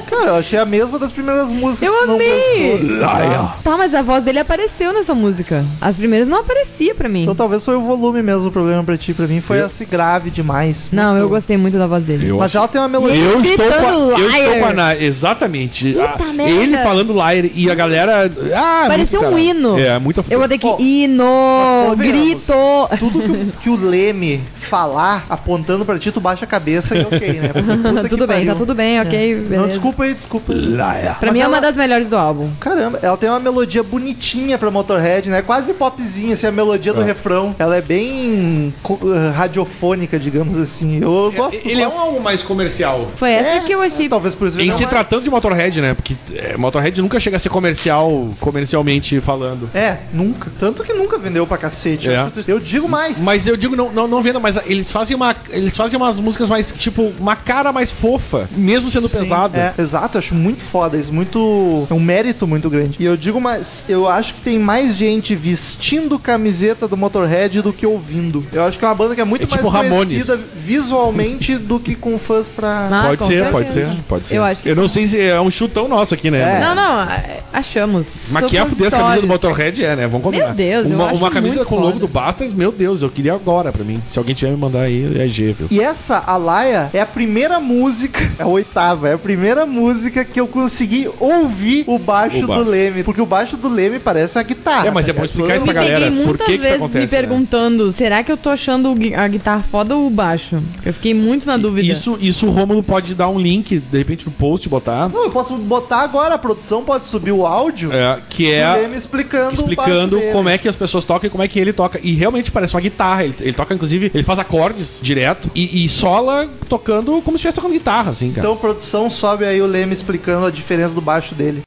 Cara, eu achei a mesma das primeiras músicas. Eu que não amei! prestou. Liar. Tá, mas a voz dele apareceu nessa música. As primeiras não aparecia pra mim. Então talvez foi o volume mesmo o problema pra ti, pra mim foi esse grave demais. Não, Muito- eu gostei muito da voz dele. Eu Mas ela tem uma melodia. Eu estou, com a, Gritando eu estou liar. com a Ana- Exatamente. Puta Ah, merda. Ele falando liar e a galera. Ah, Pareceu muito um caralho. hino. É, muito Eu botei Ó, aqui, hino, mas convenhamos. grito. Tudo que, o- que o Leme falar apontando pra ti, tu baixa a cabeça e ok, né? Porque puta que tudo bem, pariu. tá tudo bem, ok. Não, beleza. desculpa aí, desculpa. Liar. Pra Mas mim é ela- uma das melhores do álbum. Caramba, ela tem uma melodia bonitinha pra Motorhead, né? Quase popzinha, assim, a melodia Ah. do refrão. Ela é bem co- eh, radiofônica, digamos assim. Eu gosto. Ele é um gosto. álbum mais comercial. Foi essa que eu achei. Talvez por isso Em não se mais. tratando de Motorhead, né? Porque é, Motorhead nunca chega a ser comercial, comercialmente falando. É, nunca. Tanto que nunca vendeu pra cacete. É. Eu acho- Eu digo mais. Mas eu digo, não, não, não venda, mas eles fazem, uma, eles fazem umas músicas mais, tipo, uma cara mais fofa, mesmo sendo Sim, pesada. é. Exato, eu acho muito foda isso, muito... É um mérito muito grande. E eu digo, mas eu acho que tem mais gente vestindo camiseta do Motorhead do que ouvindo. Eu acho que é uma banda que é muito É tipo mais conhecida Ramones. visualmente do que com fãs pra... Ah, Pode com ser, certeza. pode ser, pode ser. Eu acho que não sei se é um chutão nosso aqui, né? É. Não, não, achamos. Mas que é a fuder, a camisa do Supositórios. Motorhead é, né? Vamos combinar. Meu Deus, eu uma, acho uma camisa muito com o logo foda. do Bastards, meu Deus, eu queria agora pra mim. Se alguém tiver me mandar aí, é G, viu? E essa, a Laia, é a primeira música, é a oitava, é a primeira música que eu consegui ouvir o baixo O baixo. do Leme. Porque o baixo do Leme parece uma guitarra. É, mas é bom ligado? explicar isso Me pra Todo- galera, peguei por muitas que que isso vezes me acontece, né? perguntando, será que eu tô achando o gui- a guitarra foda ou o baixo? Eu fiquei muito na dúvida. Isso, isso o Rômulo pode dar um link, de repente, no post botar. Não, eu posso botar agora, a produção pode subir o áudio é, que do é Leme explicando, explicando como é que as pessoas tocam e como é que ele toca. E realmente parece uma guitarra. Ele, ele toca, inclusive, ele faz acordes direto e, e sola tocando como se estivesse tocando guitarra, assim, cara. Então, produção, sobe aí o Leme explicando a diferença do baixo dele.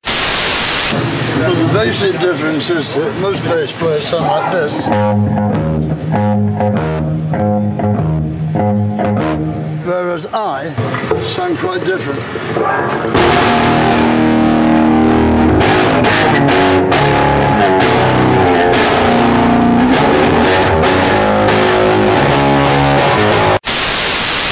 But the basic difference is that most bass players sound like this. Whereas I sound quite different.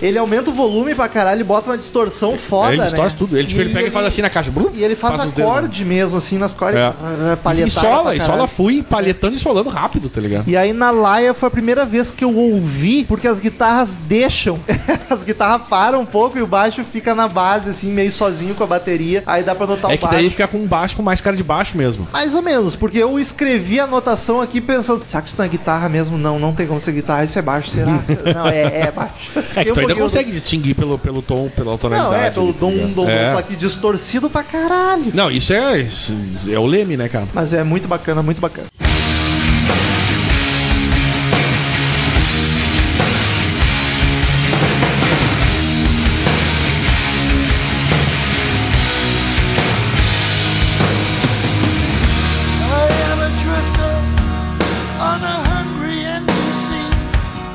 Ele aumenta o volume pra caralho e bota uma distorção Então, foda, ele né? distorce tudo. Ele, tipo, E ele pega e faz assim na caixa. Brum, E ele faz passa os dedos. né? acorde mesmo, assim, nas cordas. É. Ah, E palhetada sola, pra e caralho. sola fui palhetando e solando rápido, tá ligado? E aí na Laia foi a primeira vez que eu ouvi, porque as guitarras deixam. as guitarras param um pouco e o baixo fica na base, assim, meio sozinho com a bateria. Aí dá pra notar é o que baixo. daí fica com um baixo com mais cara de baixo mesmo. Mais ou menos, porque eu escrevi a notação aqui pensando, será que isso não é guitarra mesmo? Não, não tem como ser guitarra, isso é baixo, será? não, é, é baixo. É que Eu tu ainda porque eu- consegue distinguir pelo, pelo tom, pela tonalidade. Não, é, pelo ali, tá dom, ligado? dom, É. só que distorcido pra caralho. Não, isso é, isso é o leme, né, cara? Mas é muito bacana, muito bacana. I am a drifter on a hungry empty sea.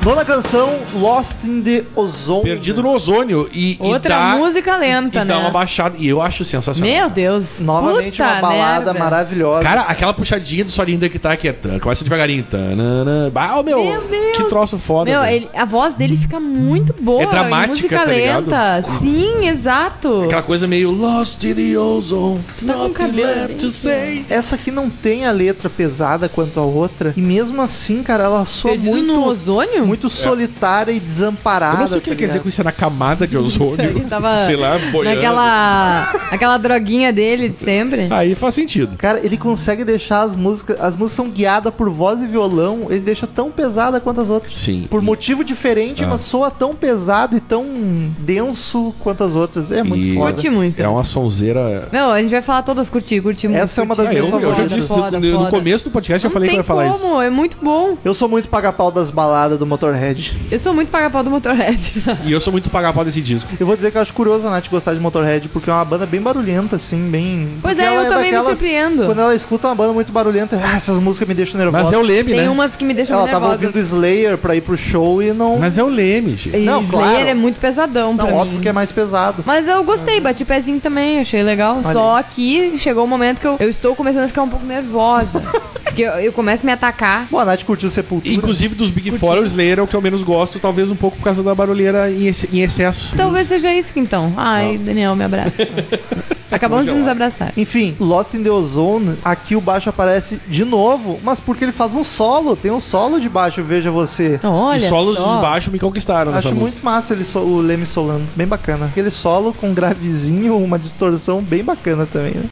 Nona canção, Lost in the Ozone. Perdido no ozônio e, Outra e dá, música lenta, e né? dá uma baixada. E eu acho sensacional. Meu Deus. Novamente puta uma balada merda. maravilhosa. Cara, aquela puxadinha do solinho da guitarra que é tan, começa devagarinho. Tanana, bah, meu, Meu Deus. que troço foda. Meu, velho. ele- a voz dele fica muito boa. É dramática, e música tá ligado? É lenta. Sim, exato. Aquela coisa meio lost in the ozone, tá com nothing cabelo left to dentro. say. Essa aqui não tem a letra pesada quanto a outra. E mesmo assim, cara, ela soa Perdido muito, no ozônio? muito solitária e desamparada. tá É. Eu não sei o tá que ele quer dizer com isso, é na camada de é, Ele ozônio. tava sei lá, boiando. Naquela aquela droguinha dele de sempre. Aí faz sentido. Cara, ele consegue deixar as músicas. As músicas são guiadas por voz e violão, ele deixa tão pesada quanto as outras. Sim. Ah. Por motivo diferente, mas soa tão pesado e tão denso quanto as outras. É muito E- foda. Curti muito. É uma sonzeira. Não, a gente vai falar todas, curti, curti muito. Essa é uma curti. das Ah, eu, eu já Foda, disse foda, no, no foda. começo do podcast, eu Não falei que eu tem ia falar como, isso. é muito bom. Eu sou muito paga-pau das baladas do Motorhead. Eu sou muito paga-pau do Motorhead. E eu sou muito pagapau desse disco. Eu vou dizer que eu acho curioso a Nath gostar de Motorhead, porque é uma banda bem barulhenta, assim, bem. Pois Porque é, ela eu também me daquelas- surpreendo. Quando ela escuta uma banda muito barulhenta, ah, essas músicas me deixam nervosa. Mas é o Leme, Tem né? umas que me deixam Ela tava nervosa. ouvindo Slayer pra ir pro show e não. Mas é o Leme, gente. E Não, Slayer claro. é muito pesadão não, pra óbvio mim. que é mais pesado. Mas eu gostei, bati pezinho também, achei legal. Só que chegou o momento que eu, eu estou começando a ficar um pouco nervosa. porque eu, eu começo a me atacar. Bom, a Nath curtiu Sepultura. Inclusive dos Big Four, o Slayer é o que eu menos gosto, talvez um pouco por causa da barulheira em, ex- em excesso. Talvez seja isso que então. Ai, Daniel, me abraça. Acabamos de nos abraçar. Enfim, Lost in the Ozone, aqui o baixo aparece de novo, mas porque ele faz um solo, tem um solo de baixo, veja você. Então, Olha e solos só. de baixo me conquistaram nessa Acho música. muito massa ele so- o Leme solando, bem bacana. Aquele solo com um gravezinho, uma distorção bem bacana também. Né?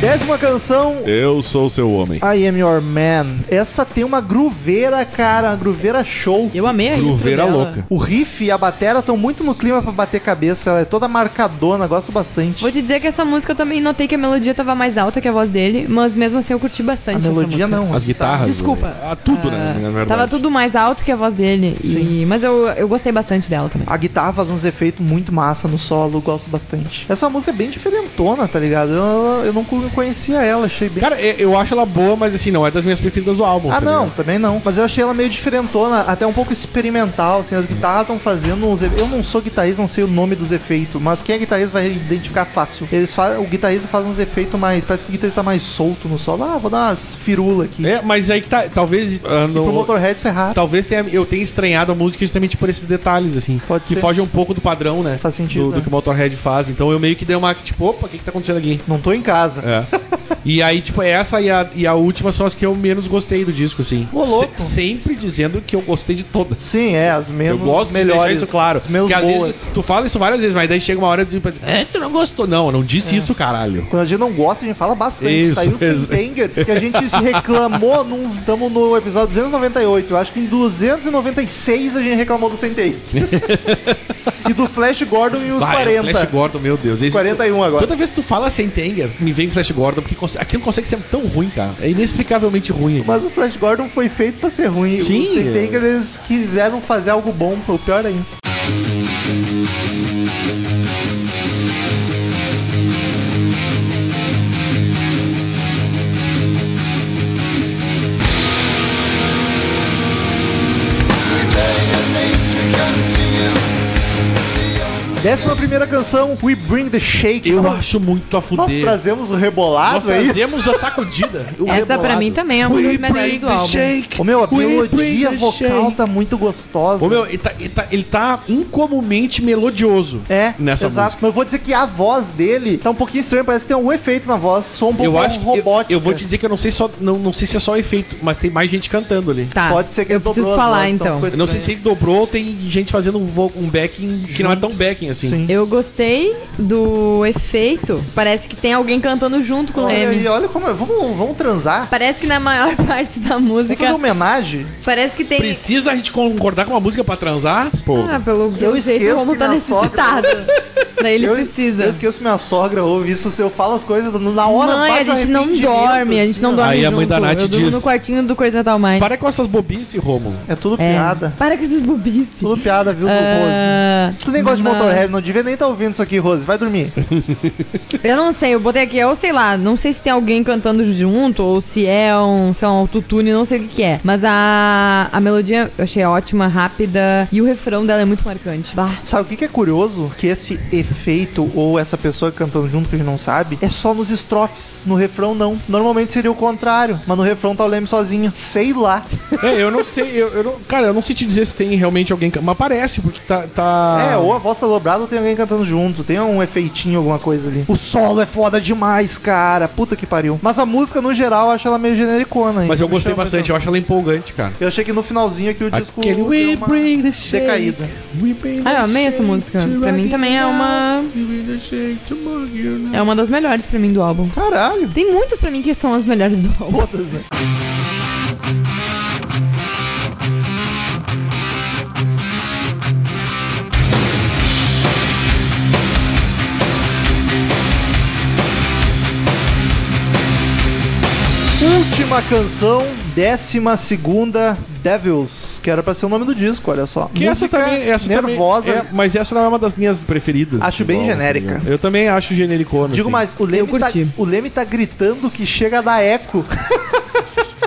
Décima canção, Eu sou seu homem. I Am Your Man. Essa tem uma grooveira, cara, uma grooveira show. Eu amei a intro Grooveira dela. louca. O riff e a batera estão muito no clima pra bater cabeça. Ela é toda marcadona, gosto bastante. Vou te dizer que essa música eu também notei que a melodia tava mais alta que a voz dele, mas mesmo assim eu curti A bastante. essa melodia música. não. As guitarras. Desculpa. né? Ah, tudo, né? Na verdade. Tava tudo mais alto que a voz dele. Sim. e- mas eu, eu gostei bastante dela também. A guitarra faz uns efeitos muito massa no solo, gosto bastante. Essa música é bem diferentona, tá ligado? Eu, eu não co- conhecia ela, achei bem. Cara, eu eu acho ela boa, mas assim, não é das minhas preferidas do álbum. Ah, tá não, ligado? também não. Mas eu achei ela meio diferentona, até um pouco experimental, assim, as guitarras estão fazendo uns... efe- Eu não sou guitarrista, não sei o nome dos efeitos, mas quem é guitarrista vai identificar fácil. Eles fa... O guitarrista faz uns efeitos mais... Parece que o guitarrista tá mais solto no solo. Ah, vou dar umas firulas aqui. É, mas aí que tá. Talvez. ah, Pro no- Motorhead isso é raro. Talvez tenha- eu tenha estranhado a música justamente por esses detalhes, assim. Pode que ser. foge um pouco do padrão, né? Faz sentido, Do, do né? que o Motorhead faz. Então eu meio que dei uma. Tipo, opa, o que, que tá acontecendo aqui? Não tô em casa. É. e aí, tipo, essa e a, e a última são as que eu menos gostei do disco, assim. Ô, louco. Se- sempre dizendo que eu gostei de todas. Sim, é, as Eu menos gosto melhores. de deixar isso claro. As menos Porque às boas. vezes tu fala isso várias vezes, mas daí chega uma hora de. É, tu não gostou. Não, eu não É. disse isso, caralho. Quando a gente não gosta, a gente fala bastante. Isso, Saiu sem exa- Tanger, que a gente reclamou, num- estamos no episódio 298. Eu acho que em 296 a gente reclamou do sem Tanger. e do Flash Gordon e os Vai, 40. Flash Gordon, meu Deus. Esse- 41 agora. Toda vez que tu fala sem Tanger, me vem Flash Gordon, porque conse- aquilo consegue ser tão ruim, cara. É inexplicavelmente ruim. Mas o Flash Gordon foi feito pra ser ruim. Sim. Os sem Tanger, eles quiseram fazer algo bom, o pior é ainda. We bury your names Décima primeira canção, We Bring the Shake. Eu Nós- acho muito a fuder. Nós trazemos o rebolado, Nós é isso? trazemos a sacudida. o Essa pra rebolado. mim também é uma das We melhores break do the álbum. shake. Ô meu, a We break melodia the vocal shake. tá muito gostosa. Ô meu, ele tá, ele tá, ele tá incomumente melodioso. É, Nessa exato. música. Mas eu vou dizer que a voz dele tá um pouquinho estranha, parece que tem algum efeito na voz, som um pouco eu acho que eu- robótica. eu, vou te dizer que eu não sei só não, não sei se é só efeito, mas tem mais gente cantando ali. Tá. Pode ser que eu ele preciso dobrou as falar vozes, tá então. ficou Eu não sei se estranho. ele dobrou ou tem gente fazendo um, vo- um backing que não é tão backing assim. Sim. Eu gostei do efeito. Parece que tem alguém cantando junto com Tá, o Olha aí, Leme. olha como é. Vamos, vamos transar? Parece que na maior parte Vamos fazer da um música. homenagem? Parece que tem. Precisa a gente concordar com uma música pra transar? Pô. Ah, pelo Eu pelo jeito esqueço o Romulo que tá minha sogra- necessitado. Daí ele eu, precisa. Eu esqueço que minha sogra ouve isso, se eu falo as coisas na hora Tá. Mãe, a bate um gente não arrependimento, dorme, a assim, gente não ó. dorme Aí a junto. mãe da Nath eu durmo diz- no quartinho do Coisa Natal Mind. Para com essas bobices, Romulo. É tudo É. piada. Para com esses bobices. Tudo piada, viu, Rose? Ah, Tu nem gosta mas- de Motorhead, não devia nem estar ouvindo isso aqui, Rose. Vai dormir. Eu não sei, eu botei aqui, eu sei lá, não sei se tem alguém cantando junto ou se é um, sei lá, um autotune, não sei o que que é. Mas a, a melodia eu achei ótima, rápida e o refrão dela é muito marcante. Bah. Sabe o que, que é curioso? Que esse efeito ou essa pessoa cantando junto que a gente não sabe é só nos estrofes. No refrão, não. Normalmente seria o contrário, mas no refrão tá o Leme sozinho. Sei lá. É, eu não sei, eu, eu não, cara, eu não sei te dizer se tem realmente alguém, can- mas parece porque tá, tá- É, ou a voz tá dobrada ou tem alguém cantando junto. Tem um efeitinho, alguma coisa ali. O solo é foda demais, cara. Puta que pariu. Mas a música, no geral, eu acho ela meio genericona. hein? Mas eu Me gostei chama bastante, atenção. eu acho ela empolgante, cara. Eu achei que no finalzinho aqui o disco deu uma the decaída. We bring the Ah, eu amei essa shake música. to Pra mim rock também you é now. uma- We bring the shake to rock you now. É uma das melhores pra mim do álbum. Caralho. Tem muitas pra mim que são as melhores do álbum. Todas, né? Última canção, décima segunda, Devils, que era pra ser o nome do disco, olha só. Que essa Música também, essa também nervosa. é, mas essa não é uma das minhas preferidas. Acho bem Igual, genérica. tá ligado? Eu também acho genericona. Digo assim. mais, o Leme, tá, curti. o Leme tá gritando que chega a dar eco.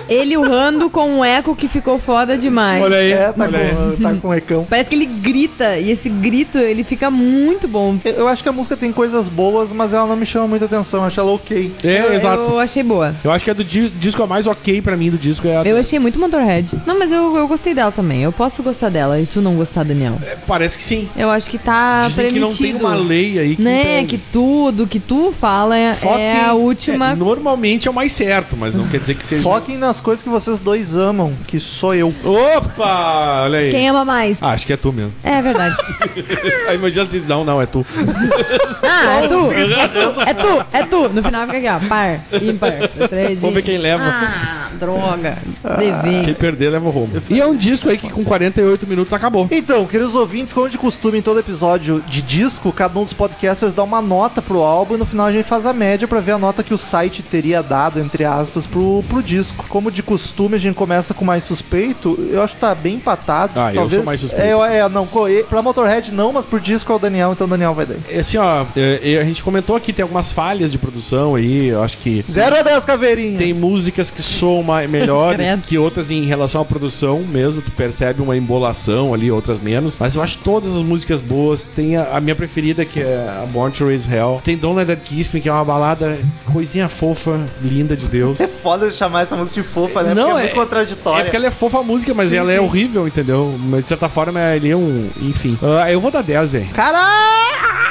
Ele urrando com um eco que ficou foda demais. Olha aí, É, tá, olha aí. com, tá com ecão. Parece que ele grita e esse grito ele fica muito bom. Eu- Eu acho que a música tem coisas boas, mas ela não me chama muita atenção. Eu acho ela ok. É, exato. Eu achei boa. Eu acho que é do di- disco a mais ok pra mim do disco. É a- Eu achei muito Motorhead. Não, mas eu, eu gostei dela também. Eu posso gostar dela e tu não gostar, Daniel. Parece que sim. Eu acho que tá Dizem que permitido. não tem uma lei aí que. Né, impede. que tudo que tu fala é, é Foquem- a última. É, normalmente é o mais certo, mas não quer dizer que seja. Foquem nas coisas que vocês dois amam, que sou eu. Opa! Olha aí. Quem ama mais? Ah, acho que é tu mesmo. É verdade. Aí imagina se diz, não, não, é tu. Ah, é tu! É tu, é tu! No final fica aqui, ó. Par, ímpar, dois, três. Vamos e- ver quem é. Ah, leva. Ah, droga. Dever. Quem perder leva o rumo. E é um disco aí que com 48 minutos acabou. Então, queridos ouvintes, como de costume em todo episódio de disco, cada um dos podcasters dá uma nota pro álbum e no final a gente faz a média pra ver a nota que o site teria dado, entre aspas, pro, pro disco. Como de costume, a gente começa com mais suspeito. Eu acho que tá bem empatado. Ah, eu sou mais suspeito. É, eu- é, não, co- e- pra Motorhead não, mas pro disco é o Daniel, então o Daniel vai daí. Assim, ó, é, é, a gente comentou aqui, tem algumas falhas de produção aí, eu acho que. 0 a 10, caveirinha. Tem músicas que soam ma- melhores Credo. que outras em relação à produção mesmo. Tu percebe uma embolação ali, outras menos. Mas eu acho todas as músicas boas. Tem a, a minha preferida, que é a Born to Raise Hell. Tem Don't Let That Kiss Me, que é uma balada coisinha fofa, linda de Deus. É foda chamar essa música de fofa, né? Não, Porque é, é- muito contraditória. É porque ela é fofa a música, mas Sim, ela é sim. horrível, entendeu? Mas de certa forma, ele é um. Enfim. Ah, eu vou dar 10, velho. Caralho!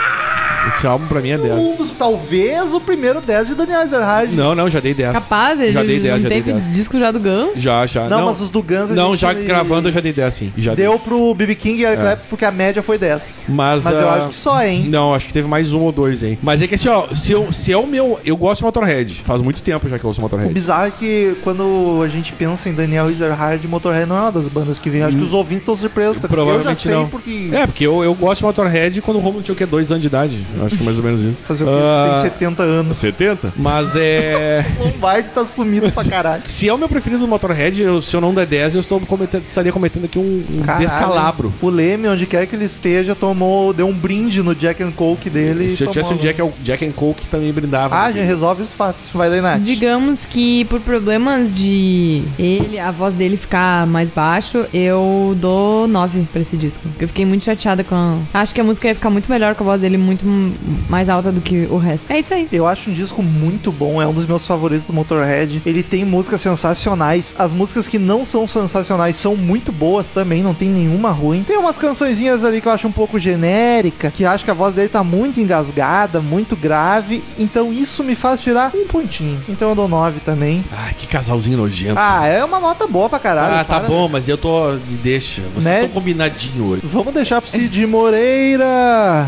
Esse álbum pra mim é 10. Um dos, talvez o primeiro 10 de Daniel Ezerhard. Não, não, já dei 10. Capaz, ele Já dei 10, já dei teve 10. disco já do Guns. Já, já. Não, mas os do Guns a Não, gente já foi- gravando eu já dei 10, sim. Já dei. Deu pro BB King e Eric Clapton porque a média foi 10. Mas, Mas eu ah, acho que só, hein? Não, acho que teve mais um ou dois, hein? Mas é que assim, ó, se, eu, se é o meu. Eu gosto de Motorhead. Faz muito tempo já que eu ouço O Motorhead. bizarro é que quando a gente pensa em Daniel Ezerhard, Motorhead não é uma das bandas que vem. Acho que os ouvintes estão surpresos. tá? Hum. Provavelmente eu já sei não. porque... É, porque eu, eu gosto de Motorhead quando o Romulo tinha o quê? Dois anos de idade. Acho que é mais ou menos isso. Fazer o quê? Ah, Tem 70 anos. 70? Mas é. Lombardi tá sumido pra caralho. Se é o meu preferido do Motorhead, eu- se eu não der 10, eu estou cometendo, estaria cometendo aqui um, um Caralho. descalabro. O Leme, onde quer que ele esteja, tomou, deu um brinde no Jack and Coke dele. e se eu tivesse um tomou, Jack, Jack and Coke, também brindava. Ah, já resolve isso fácil. Vai, Leinat. Digamos que por problemas de ele, a voz dele ficar mais baixo, eu dou 9 pra esse disco. Porque eu fiquei muito chateada com a... Acho que a música ia ficar muito melhor com a voz dele muito m- mais alta do que o resto. É isso aí. Eu acho um disco muito bom, é um dos meus favoritos do Motorhead. Ele tem músicas sensacionais. As músicas que não são sensacionais são muito boas também, não tem nenhuma ruim. Tem umas cançõezinhas ali que eu acho um pouco genérica, que acho que a voz dele tá muito engasgada, muito grave. Então isso me faz tirar um pontinho. Então eu dou 9 também. Ai, que casalzinho nojento. Ah, é uma nota boa pra caralho. Ah, tá para, bom, mas eu tô. Deixa. Vocês Né? estão combinadinho hoje. Vamos deixar pro Cid Moreira.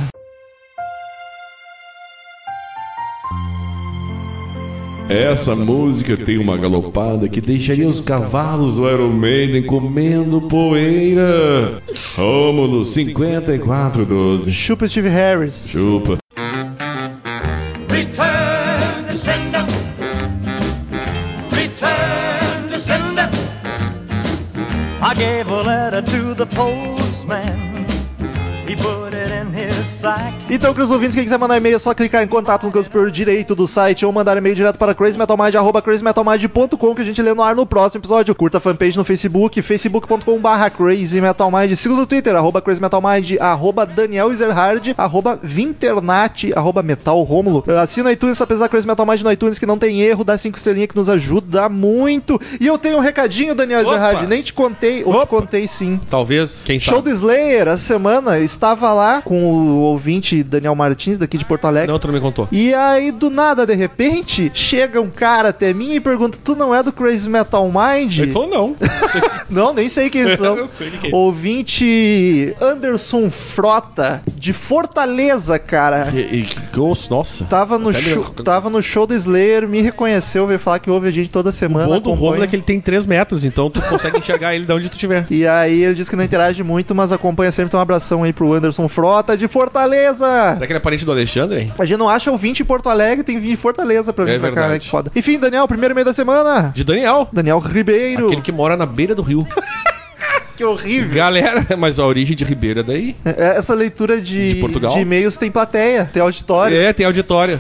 Essa música tem uma galopada que deixaria os cavalos do Iron Maiden comendo poeira. Rômulo 5412. Chupa Steve Harris. Chupa. Return to sender. Return to sender. I gave a letter to the postman. He put it in his sack. Então, para os ouvintes, quem quiser mandar e-mail é só clicar em contato no canto superior direito do site ou mandar e-mail direto para crazymetalmind, arroba crazymetalmind.com que a gente lê no ar no próximo episódio. Curta a fanpage no Facebook, facebook.com barra crazymetalmind. Siga no Twitter, arroba crazymetalmind, arroba Daniel Ezerhard, arroba vinternat, arroba metalromulo. Eh, Assina iTunes, só pesquisar Crazy Metal Mind no iTunes, que não tem erro, dá cinco estrelinhas que nos ajuda muito. E eu tenho um recadinho, Daniel Opa! Ezerhard, nem te contei, ou te Opa! contei sim. Talvez. Quem Show do sabe? Slayer, essa semana, estava lá com o ouvinte Daniel Martins, daqui de Porto Alegre. Ah, Não, tu não me contou. E aí, do nada, de repente, chega um cara até mim e pergunta: Tu não é do Crazy Metal Mind? Ele falou não. Não, nem sei quem são. Eu sei de quem. é. Ouvinte Anderson Frota, de Fortaleza, cara. E, e que gosto, nossa. Tava no, Até me- show, tava no show do Slayer, me reconheceu, veio falar que ouve a gente toda O semana. bom do acompanha. Romulo é que ele tem 3 metros, então tu consegue enxergar ele de onde tu estiver. E aí ele disse que não interage muito, mas acompanha sempre. Então um abração aí pro Anderson Frota de Fortaleza. Será que ele é parente do Alexandre? hein? A gente não acha ouvinte em Porto Alegre, tem que vir em Fortaleza pra vir É pra cá, né? verdade. Que foda. Enfim, Daniel, primeiro meio da semana. De Daniel. Daniel Ribeiro. Aquele que mora na beira do rio. que horrível. Galera, mas a origem de Ribeira é daí. Essa leitura de, De Portugal? de e-mails tem plateia, tem auditório, É, tem auditório.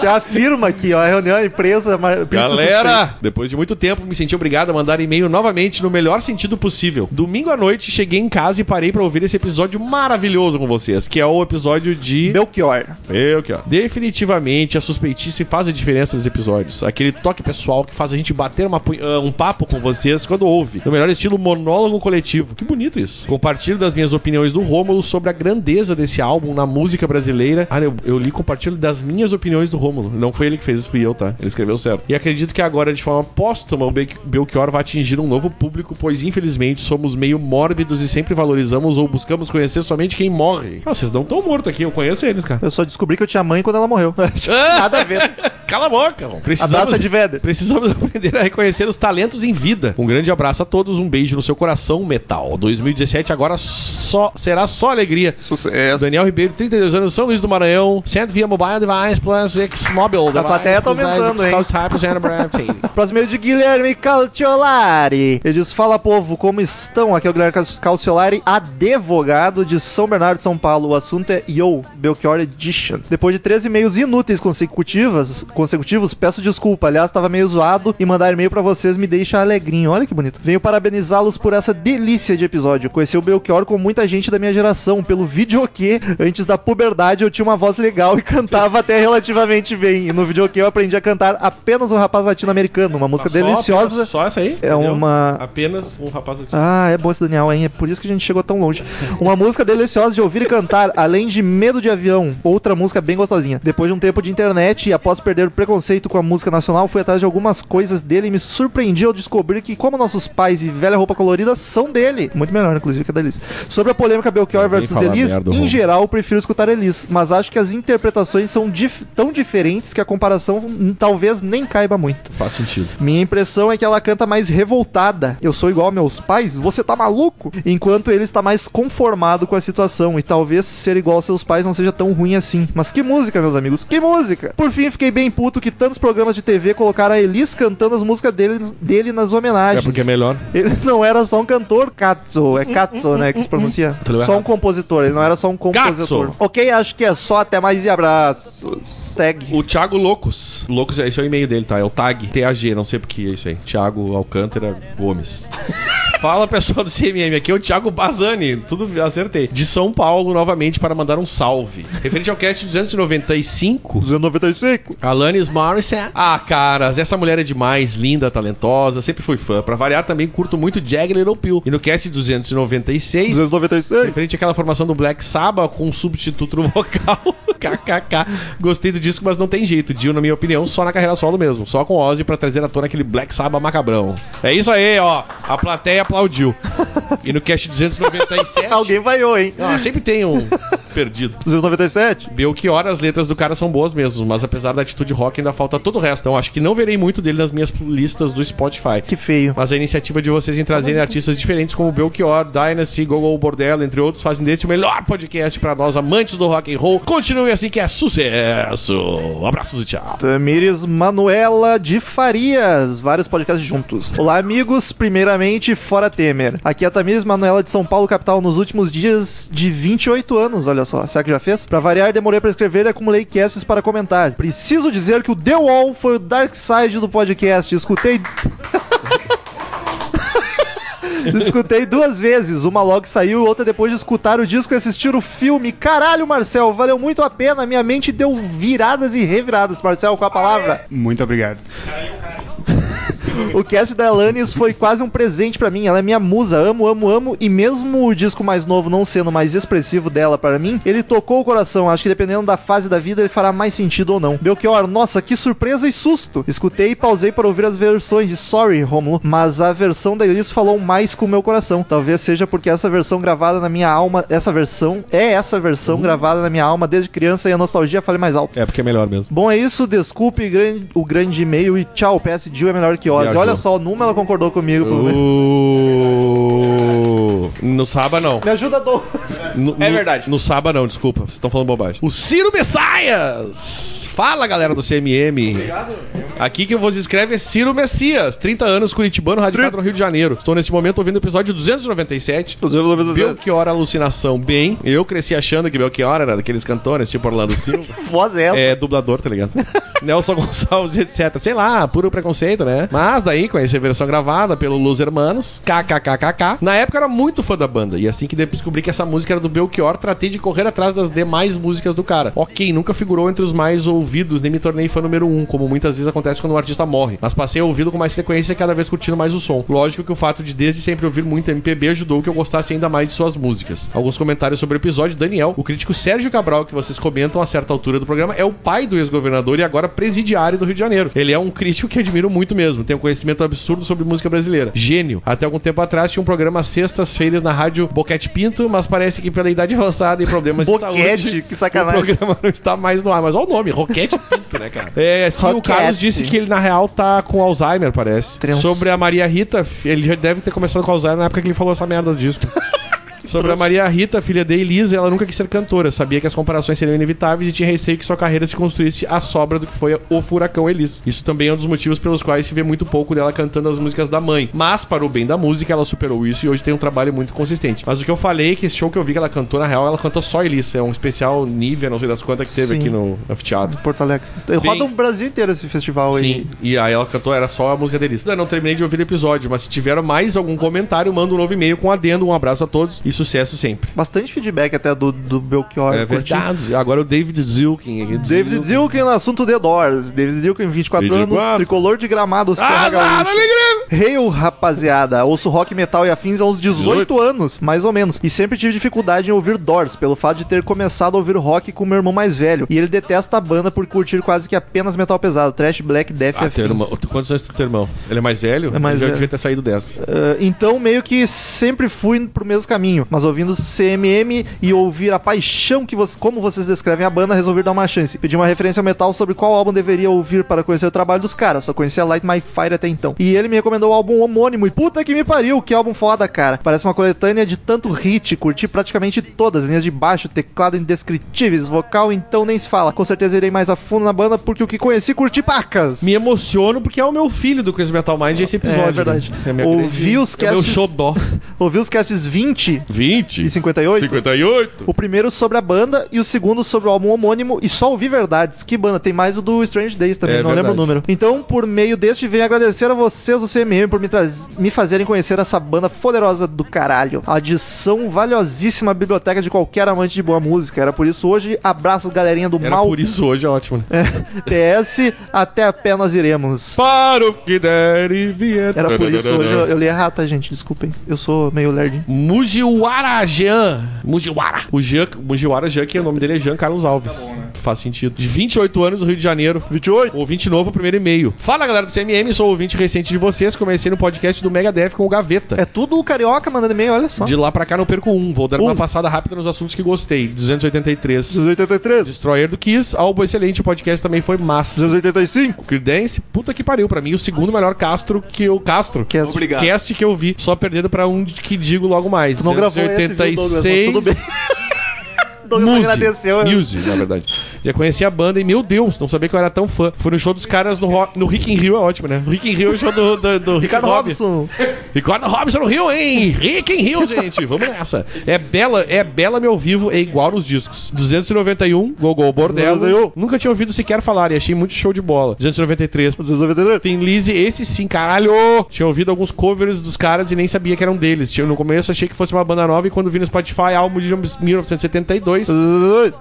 tem a firma aqui, ó, a reunião, a empresa, mar... príncipe suspeito. Galera, depois de muito tempo me senti obrigado a mandar e-mail novamente no melhor sentido possível. Domingo à noite cheguei em casa e parei pra ouvir esse episódio maravilhoso com vocês, que é o episódio de Belchior. Eu que ó. Definitivamente a suspeitice faz a diferença nos episódios. Aquele toque pessoal que faz a gente bater uma pu- ah, um papo com vocês quando ouve. No melhor estilo monólogo coletivo. Que bonito isso. Compartilho das minhas opiniões do Rômulo sobre a grandeza desse álbum na música brasileira. Ah, eu, eu li compartilho das minhas opiniões do Rômulo. Não foi ele que fez isso, fui eu, tá? Ele escreveu certo. E acredito que agora, de forma póstuma, o Be- Belchior vai atingir um novo público, pois infelizmente somos meio mórbidos e sempre valorizamos ou buscamos conhecer somente quem morre. Ah, vocês não estão mortos aqui, eu conheço eles, cara. Eu só descobri que eu tinha mãe quando ela morreu. Ah! Nada a ver. Cala a boca, irmão. Precisamos, Abraça de Vedder. precisamos aprender a reconhecer os talentos em vida. Um grande abraço a todos, um beijo no seu coração, metal. 2017 agora só será só alegria. Sucesso. Daniel Ribeiro, 32 anos, São Luís do Maranhão, sent via Mobile Device Plus X Mobile. Device plateia tá plus aumentando, X hein? Cloud Types and Branding. Próximo e-mail de Guilherme Calciolari. Ele diz: Fala povo, como estão? Aqui é o Guilherme Cal- Calciolari, advogado de São Bernardo, São Paulo. O assunto é Yo, Belchior Edition. Depois de três e-mails inúteis consecutivas, consecutivos, peço desculpa. Aliás, tava meio zoado e mandar e-mail pra vocês me deixa alegrinho. Olha que bonito. Venho parabenizá-los por essa delícia de episódio. Conheci o Belchior com muita gente da minha geração, pelo videokê. Antes da puberdade eu tinha uma voz legal e cantava até relativamente bem. E no videokê eu aprendi a cantar apenas um rapaz latino-americano, uma música deliciosa. Só essa aí? É uma- Apenas um rapaz aqui. Ah, é bom esse Daniel, hein? É por isso que a gente chegou tão longe. Uma música deliciosa de ouvir e cantar, além de Medo de Avião, outra música bem gostosinha. Depois de um tempo de internet e após perder o preconceito com a música nacional, fui atrás de algumas coisas dele e me surpreendi ao descobrir que, como nossos pais e velha roupa colorida são dele. Muito melhor, inclusive, que a da Elis. Sobre a polêmica Belchior versus falar Elis, merda, em Rômulo. geral, eu prefiro escutar Elis, mas acho que as interpretações são dif- tão diferentes que a comparação hum, talvez nem caiba muito. Faz sentido. Minha impressão é que ela canta mais revoltada. Eu sou igual a meus pais? Você tá maluco? Enquanto ele está mais conformado com a situação. E talvez ser igual aos seus pais não seja tão ruim assim. Mas que música, meus amigos, que música! Por fim, fiquei bem puto que tantos programas de TV colocaram a Elis cantando as músicas dele, dele nas É homenagens. porque é melhor. Ele não era só um cantor, Katzo. É Katzo, né? Que se pronuncia. Tu lembra? Só um compositor. Ele não era só um compositor. Katzo. Ok, acho que é só. Até mais e abraços. Segue. O Thiago Loucos. Loucos, é esse é o e-mail dele, tá? É o tag TAG, não sei porque é isso aí. Thiago Alcântara Gomes. Fala pessoal do CMM, aqui é o Thiago Bazani, tudo acertei. De São Paulo novamente para mandar um salve. Referente ao cast 295, 295. Alanis Morissette. Ah, caras, essa mulher é demais, linda, talentosa, sempre fui fã. Pra variar, também curto muito Jagged Little Pill. E no cast 296, 296. referente àquela formação do Black Sabbath com um substituto no vocal, kkk. Gostei do disco, mas não tem jeito. Dio, na minha opinião, só na carreira solo mesmo. Só com Ozzy pra trazer à tona aquele Black Sabbath macabrão. É isso aí, ó. A plateia aplaudiu. E no cast 297... Alguém vaiou, hein? Ah, sempre tem um perdido. 297. Belchior, as letras do cara são boas mesmo, mas apesar da atitude rock ainda falta todo o resto. Então acho que não verei muito dele nas minhas listas do Spotify. Que feio. Mas a iniciativa de vocês em trazerem artistas diferentes como Belchior, Dynasty, Gogol Bordello, entre outros, fazem desse o melhor podcast pra nós amantes do rock and roll. Continue assim que é sucesso. Abraços e tchau. Tamires Manuela de Farias, vários podcasts juntos. Olá, amigos. Primeiramente, fora Temer. Aqui é a Tamires Manuela de São Paulo, capital, nos últimos dias de 28 anos. Olha só, será que já fez? Pra variar, demorei pra escrever e acumulei casts para comentar. Preciso dizer que o The Wall foi o dark side do podcast. Escutei Escutei duas vezes, uma logo que saiu e outra depois de escutar o disco e assistir o filme. Caralho, Marcel, valeu muito a pena. Minha mente deu viradas e reviradas, Marcel, com a palavra. Muito obrigado. O cast da Alanis foi quase um presente pra mim. Ela é minha musa, amo, amo, amo. E mesmo o disco mais novo não sendo mais expressivo dela pra mim, ele tocou o coração. Acho que dependendo da fase da vida, ele fará mais sentido ou não. Belchior, nossa, que surpresa e susto. Escutei e pausei para ouvir as versões de Sorry, Romulo, mas a versão da Elis falou mais com o meu coração. Talvez seja porque essa versão gravada na minha alma, essa versão, é essa versão gravada na minha alma desde criança e a nostalgia fale mais alto. É porque é melhor mesmo. Bom, é isso. Desculpe gran- o grande e-mail e tchau. PS Jill é melhor que Ozzy. Viajou. Olha só, numa ela concordou comigo. pelo menos. No sábado não. Me ajuda, Douglas. No- É no- verdade. No sábado não, desculpa. Vocês estão falando bobagem. O Ciro Messias! Fala, galera do CMM. Obrigado. Aqui que vos escreve é Ciro Messias, 30 anos, curitibano, radicado no Rio de Janeiro. Estou neste momento ouvindo o episódio 297. Belchior Alucinação. Bem, eu cresci achando que Belchior era daqueles cantores, tipo Orlando Silva. Voz é essa. É, dublador, tá ligado? Nelson Gonçalves, etc. Sei lá, puro preconceito, né? Mas daí conheci a versão gravada pelo Los Hermanos, kkkk. Na época eu era muito fã da banda, e assim que descobri que essa música era do Belchior, tratei de correr atrás das demais músicas do cara. Ok, nunca figurou entre os mais ouvidos, nem me tornei fã número um, como muitas vezes acontece quando um artista morre, mas passei a ouvi-lo com mais frequência e cada vez curtindo mais o som. Lógico que o fato de desde sempre ouvir muito MPB ajudou que eu gostasse ainda mais de suas músicas. Alguns comentários sobre o episódio, Daniel, o crítico Sérgio Cabral, que vocês comentam a certa altura do programa, é o pai do ex-governador e agora presidiário do Rio de Janeiro. Ele é um crítico que admiro muito mesmo, tem um conhecimento absurdo sobre música brasileira. Gênio. Até algum tempo atrás tinha um programa às sextas-feiras na rádio Boquete Pinto, mas parece que pela idade avançada e problemas de saúde... Boquete, que O sacanagem. programa não está mais no ar, mas olha o nome, Roquete Pinto, né, cara? É, sim, o Roquete. Carlos disse que ele, na real, tá com Alzheimer, parece. Trans- Sobre a Maria Rita, ele já deve ter começado com Alzheimer na época que ele falou essa merda do disco. Sobre a Maria Rita, filha de Elisa, ela nunca quis ser cantora. Sabia que as comparações seriam inevitáveis e tinha receio que sua carreira se construísse à sobra do que foi o Furacão Elis. Isso também é um dos motivos pelos quais se vê muito pouco dela cantando as músicas da mãe. Mas, para o bem da música, ela superou isso e hoje tem um trabalho muito consistente. Mas o que eu falei é que esse show que eu vi que ela cantou, na real, ela cantou só Elis. É um especial Nivea, não sei das quantas que teve Sim. aqui no anfiteatro. Porto Alegre. Roda o Brasil inteiro esse festival aí. Sim, e aí ela cantou, era só a música deles. Eu não terminei de ouvir o episódio, mas se tiver mais algum comentário, manda um novo e-mail com adendo. Um abraço a todos e sucesso sempre. Bastante feedback até do, do Belchior. É curti. verdade. Agora o David Zilkin. aqui. Ah, David Zilkin no assunto The Doors. David Zilkin, 24 24. anos, tricolor de gramado, Serra Ah, Gaúcha. Alegre! Hail, rapaziada. Ouço rock, metal e afins há uns 18 anos, mais ou menos. E sempre tive dificuldade em ouvir Doors, pelo fato de ter começado a ouvir rock com meu irmão mais velho. E ele detesta a banda por curtir quase que apenas metal pesado, trash, black, death e Ah, teu afins. irmão. tu- Quantos anos tem teu irmão? Ele é mais velho? É mais Ele já velho. devia ter saído dessa. Ah, então meio que sempre fui pro mesmo caminho, mas ouvindo CMM e ouvir a paixão que vocês, como vocês descrevem a banda, resolvi dar uma chance. Pedi uma referência ao metal sobre qual álbum deveria ouvir para conhecer o trabalho dos caras. Só conhecia Light My Fire até então. E ele me recomendou o álbum homônimo e puta que me pariu, que álbum foda, cara. Parece uma coletânea de tanto hit, curti praticamente todas, linhas de baixo, teclado indescritíveis, vocal então nem se fala. Com certeza irei mais a fundo na banda porque o que conheci curti pacas. Me emociono porque é o meu filho do Crazy Metal Mind esse episódio. É verdade. né? É minha Ouvi grande- os É o meu casts- xodó. Ouvi os casts 20 20? e 58? 58? O primeiro sobre a banda e o segundo sobre o álbum homônimo e só ouvi verdades. Que banda? Tem mais o do Strange Days também, É não verdade. lembro o número. Então, por meio deste, venho agradecer a vocês do CMM por me, traz- me fazerem conhecer essa banda poderosa do caralho. Adição valiosíssima à biblioteca de qualquer amante de boa música. Era por isso hoje, abraços galerinha do Era mal. por isso hoje é ótimo, né? PS, até a pé nós iremos. Para o que der e vier. Era por isso hoje, eu, eu li errado, tá, gente? Desculpem. Eu sou meio lerdinho. Mujiwara Jean. Mujiwara. O Jean, Mujiwara Jean, que o nome dele é Jean Carlos Alves. Tá né? Faz sentido. De 28 anos, do Rio de Janeiro. 28? Ouvinte novo, primeiro e-mail. Fala, galera do CMM, sou ouvinte recente de vocês. Comecei no podcast do Megadeth com o Gaveta. É tudo o carioca mandando e-mail, olha só. De lá pra cá não perco um. Vou dar uma Um. passada rápida nos assuntos que gostei. 283. 283, Destroyer do Kiss, álbum excelente, o podcast também foi massa. 285. O Creedence, puta que pariu, pra mim o segundo melhor Castro que o Castro. Que é Obrigado. Cast que eu vi, só perdendo pra um de- que digo logo mais. Tu não gravou esse, viu, Douglas? Mas tudo bem. Douglas Muse, agradeceu. né? Muse, na verdade. Já conheci a banda e, meu Deus, não sabia que eu era tão fã. Fui no show dos caras no, Ro- no Rick in Rio, é ótimo, né? Rick in Rio é o show do, do, do Rick Ricardo Rob. Robson. Ricardo Robson no Rio, hein? Rick in Rio, gente. Vamos nessa. É bela, é bela meu vivo, é igual nos discos. 291, Gogol um, Bordello. 291. Nunca tinha ouvido sequer falar e achei muito show de bola. 293. 293. Tem Lizzy, esse sim, caralho! Tinha ouvido alguns covers dos caras e nem sabia que eram deles. Tinha- No começo achei que fosse uma banda nova e quando vi no Spotify, álbum de 1972,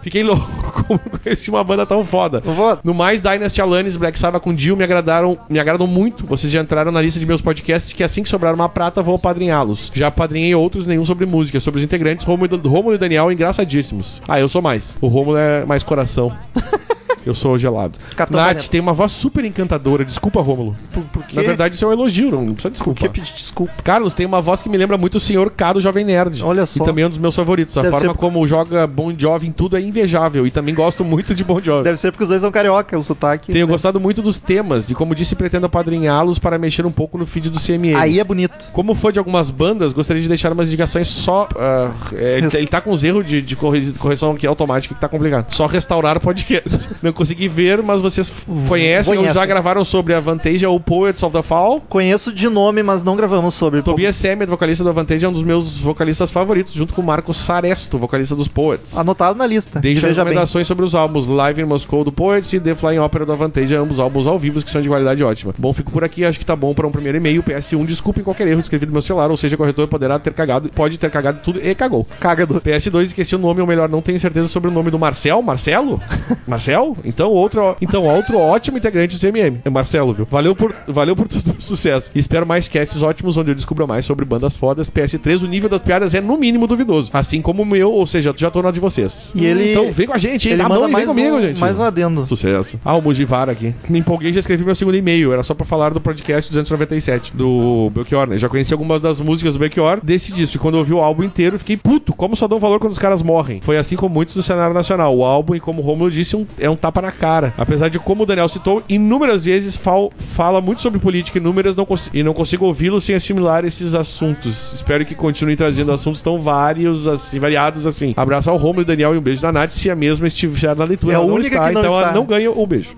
Fiquei louco como eu conheci uma banda tão foda. Foda. No mais, Dynasty Alanis, Black Sabbath com Dio me agradaram, me agradam muito. Vocês já entraram na lista de meus podcasts que assim que sobrar uma prata, vou apadrinhá-los. Já apadrinhei outros, nenhum sobre música. Sobre os integrantes, Romulo, Romulo e Daniel, engraçadíssimos. Ah, eu sou mais. O Romulo é mais coração. Eu sou gelado. Capitão Nath Planeta. tem uma voz super encantadora. Desculpa, Rômulo. Porque, Na verdade, isso é um elogio, não precisa desculpar. porque pedir desculpa. Carlos tem uma voz que me lembra muito o senhor K do Jovem Nerd. Olha só. E também é um dos meus favoritos. A Deve forma ser- como joga Bon Jovi em tudo é invejável. E também gosto muito de Bon Jovi. Deve ser porque os dois são carioca, o sotaque. Tenho gostado muito dos temas e, como disse, pretendo apadrinhá-los para mexer um pouco no feed do CMM. Aí é bonito. Como fã de algumas bandas, gostaria de deixar umas indicações só. ah, é, ele tá- ele tá com uns erros de, de corre- de correção aqui automática que tá complicado. Só restaurar o podcast. Não consegui ver, mas vocês f- conhecem ou Conhecem. já gravaram sobre a Vantage ou Poets of the Fall. Conheço de nome, mas não gravamos sobre. Tobias Sammet, vocalista da Vantage, é um dos meus vocalistas favoritos, junto com o Marco Saresto, vocalista dos Poets. Anotado na lista. Deixa Ah, Veja bem. recomendações sobre os álbuns Live in Moscou do Poets e The Flying Opera da Vantage, ambos álbuns ao vivo que são de qualidade ótima. Bom, fico por aqui, acho que tá bom para um primeiro e-mail. PS1, desculpem qualquer erro escrevido no meu celular, ou seja, o corretor poderá ter cagado, pode ter cagado tudo e cagou. Caga do. PS2, esqueci o nome, ou melhor, não tenho certeza sobre o nome do Marcel. Marcelo? Marcel? Então, outro, então, outro ótimo integrante do CMM. É Marcelo, viu? Valeu por, valeu por tudo sucesso. Espero mais casts ótimos onde eu descubra mais sobre bandas fodas. PS3, o nível das piadas é no mínimo duvidoso. Assim como o meu, ou seja, já tô na de vocês. E ele- Então vem com a gente, hein? Ele Dá a mão manda e vem mais, um, mais um adendo. Sucesso. ah, o Mujivara aqui. Me empolguei e já escrevi meu segundo e-mail. Era só pra falar do podcast 297 do Belchior, né? Já conheci algumas das músicas do Belchior desse disco. E quando eu ouvi o álbum inteiro, fiquei puto. Como só dão valor quando os caras morrem. Foi assim com muitos do cenário nacional. O álbum, e como o Romulo disse, um- é um tapa na cara. Apesar de, como o Daniel citou, inúmeras vezes fal- fala muito sobre política e números não cons- e não consigo ouvi-lo sem assimilar esses assuntos. Espero que continue trazendo assuntos tão vários, assim, variados assim. Abraço ao Romulo e Daniel e um beijo na Nath, se a mesma estiver na leitura. É a Ela única que não então ela está. não ganha um beijo.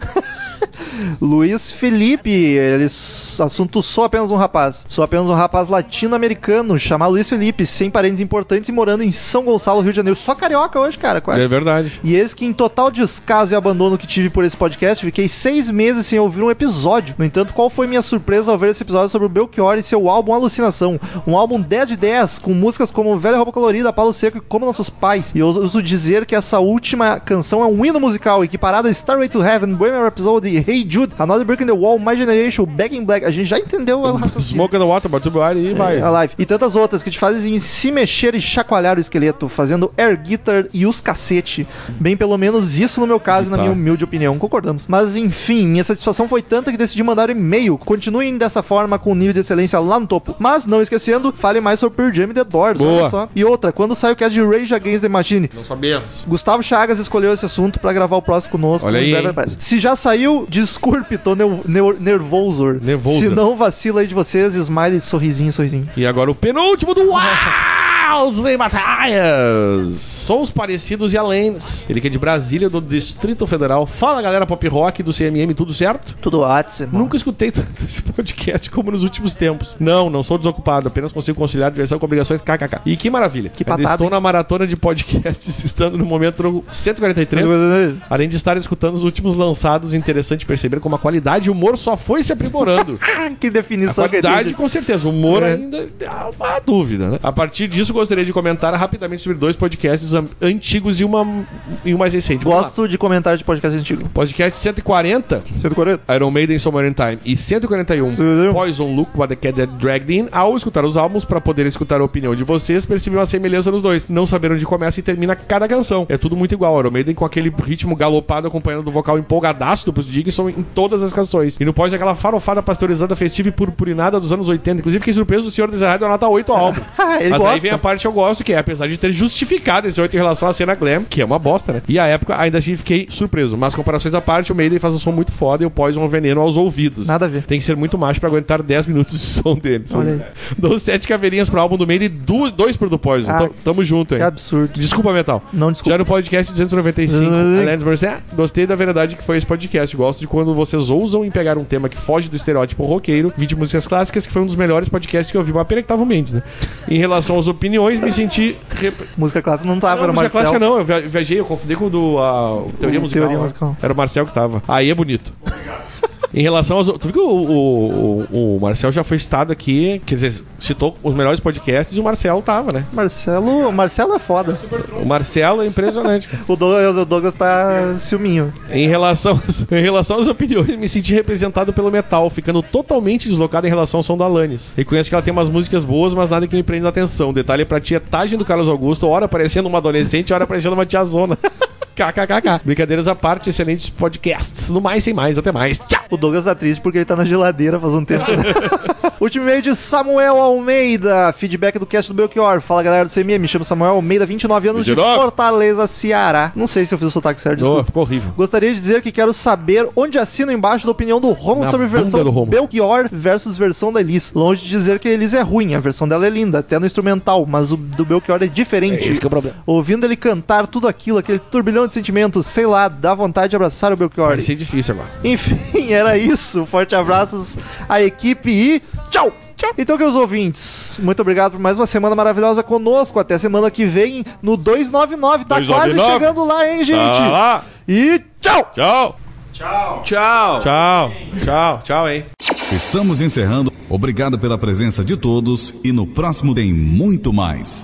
Luiz Felipe, ele assunto só apenas um rapaz. Só apenas um rapaz latino-americano, chamado Luiz Felipe, sem parentes importantes e morando em São Gonçalo, Rio de Janeiro. Só carioca hoje, cara, quase. É verdade. E eles que em total descaso e abandono abandono que tive por esse podcast, fiquei seis meses sem ouvir um episódio. No entanto, qual foi minha surpresa ao ver esse episódio sobre o Belchior e seu álbum Alucinação? Um álbum 10 de 10, com músicas como Velha Roupa Colorida, Palo Seco e Como Nossos Pais. E eu uso dizer que essa última canção é um hino musical, equiparado a Starway to Heaven, Bohemian Rhapsody, Hey Jude, Another Brick in the Wall, My Generation, Back in Black. A gente já entendeu o raciocínio. Smoke on the water, bate o bar e vai. A live. E tantas outras que te fazem se mexer e chacoalhar o esqueleto, fazendo air guitar e os cacete. Bem, pelo menos isso no meu caso, e na Tá. minha humilde opinião, concordamos. Mas enfim, minha satisfação foi tanta que decidi mandar um e-mail. Continuem dessa forma com o nível de excelência lá no topo. Mas não esquecendo, fale mais sobre Pearl Jam e The Doors, Boa. olha só. E outra, quando sai o cast de Rage Against the Machine, Não sabemos. Gustavo Chagas escolheu esse assunto pra gravar o próximo conosco. Olha aí, Deve- hein? Se já saiu, desculpe, tô neu- neu- nervoso. Nervoso. Se não, vacila aí de vocês, smile, sorrisinho, sorrisinho. E agora o penúltimo do Uau! Os Lei Mataias! Sons parecidos e além. Ele que é de Brasília, do Distrito Federal. Fala galera pop rock do CMM, tudo certo? Tudo ótimo. Nunca escutei tanto esse podcast como nos últimos tempos. Não, não sou desocupado, apenas consigo conciliar diversão com obrigações kkk. E que maravilha. Que patada, Estou hein? na maratona de podcasts, estando no momento 143. Além de estar escutando os últimos lançados, interessante perceber como a qualidade e o humor só foi se aprimorando. é, que A definição que qualidade, com certeza. O humor É. ainda há uma dúvida, né? A partir disso, gostaria de comentar rapidamente sobre dois podcasts am- antigos e, uma, e um mais recente. Vamos lá. Gosto de comentário de podcast antigo. Podcast 140, 140? Iron Maiden Summer in Time, e 141, 141. Poison Look, What the Cat That Dragged In. Ao escutar os álbuns, para poder escutar a opinião de vocês, percebi uma semelhança nos dois. Não saber onde começa e termina cada canção. É tudo muito igual. Iron Maiden com aquele ritmo galopado acompanhando o vocal empolgadaço do Bruce Dickinson em todas as canções. E no pós, aquela farofada pasteurizada festiva e purpurinada dos anos 80. Inclusive, fiquei surpreso, o Senhor Desirado deu nota 8 ao álbum. Ele Mas gosta. aí vem a parte que eu gosto, que é, apesar de ter justificado esse 8 em relação à cena glam, que é uma bosta, né? E a época, ainda assim, fiquei surpreso. Mas comparações à parte, o Maiden faz um som muito foda e o Poison é um veneno aos ouvidos. Nada a ver. Tem que ser muito macho pra aguentar 10 minutos de som deles. Olha aí. Dou 7 caveirinhas pro álbum do Maiden e 2 pro do Poison. Ah, Tam- tamo junto, hein? Que absurdo. Desculpa, Metal. Não Já desculpa. no podcast 295, Ah. Alanis Morissette, gostei da verdade que foi esse podcast. Gosto de quando vocês ousam em pegar um tema que foge do estereótipo roqueiro, vídeo de músicas clássicas, que foi um dos melhores podcasts que eu vi. Uma pena que tava o Mendes, né? Em relação às opiniões, me senti. Rep... Música clássica não tava, Não, era música Ah, Marcel. clássica não, eu via- viajei, eu confundi com o do. a- o teoria O musical. Teoria lá. Musical. Era o Marcel que tava. Aí é bonito. Em relação aos. Tu viu que o, o- o- o Marcel já foi citado aqui, quer dizer, citou os melhores podcasts e o Marcel tava, né? Marcelo, Marcelo é foda. O Marcelo é impressionante. cara. O Douglas, o Douglas tá ciúminho. Em relação, em relação às opiniões, me senti representado pelo metal, ficando totalmente deslocado em relação ao som da Alanis. Reconheço que ela tem umas músicas boas, mas nada que me prenda a atenção. Detalhe pra tietagem do Carlos Augusto, ora parecendo uma adolescente, ora parecendo uma tiazona. KKKK. Brincadeiras à parte, excelentes podcasts. No mais, sem mais, até mais. Tchau! O Douglas tá triste porque ele tá na geladeira faz um tempo. Último e-mail de Samuel Almeida. Feedback do cast do Belchior. Fala galera do CMM, me chamo Samuel Almeida, 29 anos de 29. Fortaleza, Ceará. Não sei se eu fiz o sotaque certo, desculpa. Oh, ficou horrível. Gostaria de dizer que quero saber onde assino embaixo da opinião do Romo Na sobre versão bunda do Romo. Belchior versus versão da Elis. Longe de dizer que a Elis é ruim, a versão dela é linda, até no instrumental, mas o do Belchior é diferente. que é o problema. Ouvindo ele cantar tudo aquilo, aquele turbilhão de sentimentos, sei lá, dá vontade de abraçar o Belchior. Vai ser difícil agora. Enfim, era isso. Forte abraços à equipe e tchau! Tchau. Então, queridos ouvintes, muito obrigado por mais uma semana maravilhosa conosco. Até semana que vem no 299. Tá quase 299. chegando lá, hein, gente? Tá lá. E tchau! Tchau. Tchau, tchau, tchau, hein? Estamos encerrando. Obrigado pela presença de todos e no próximo tem muito mais.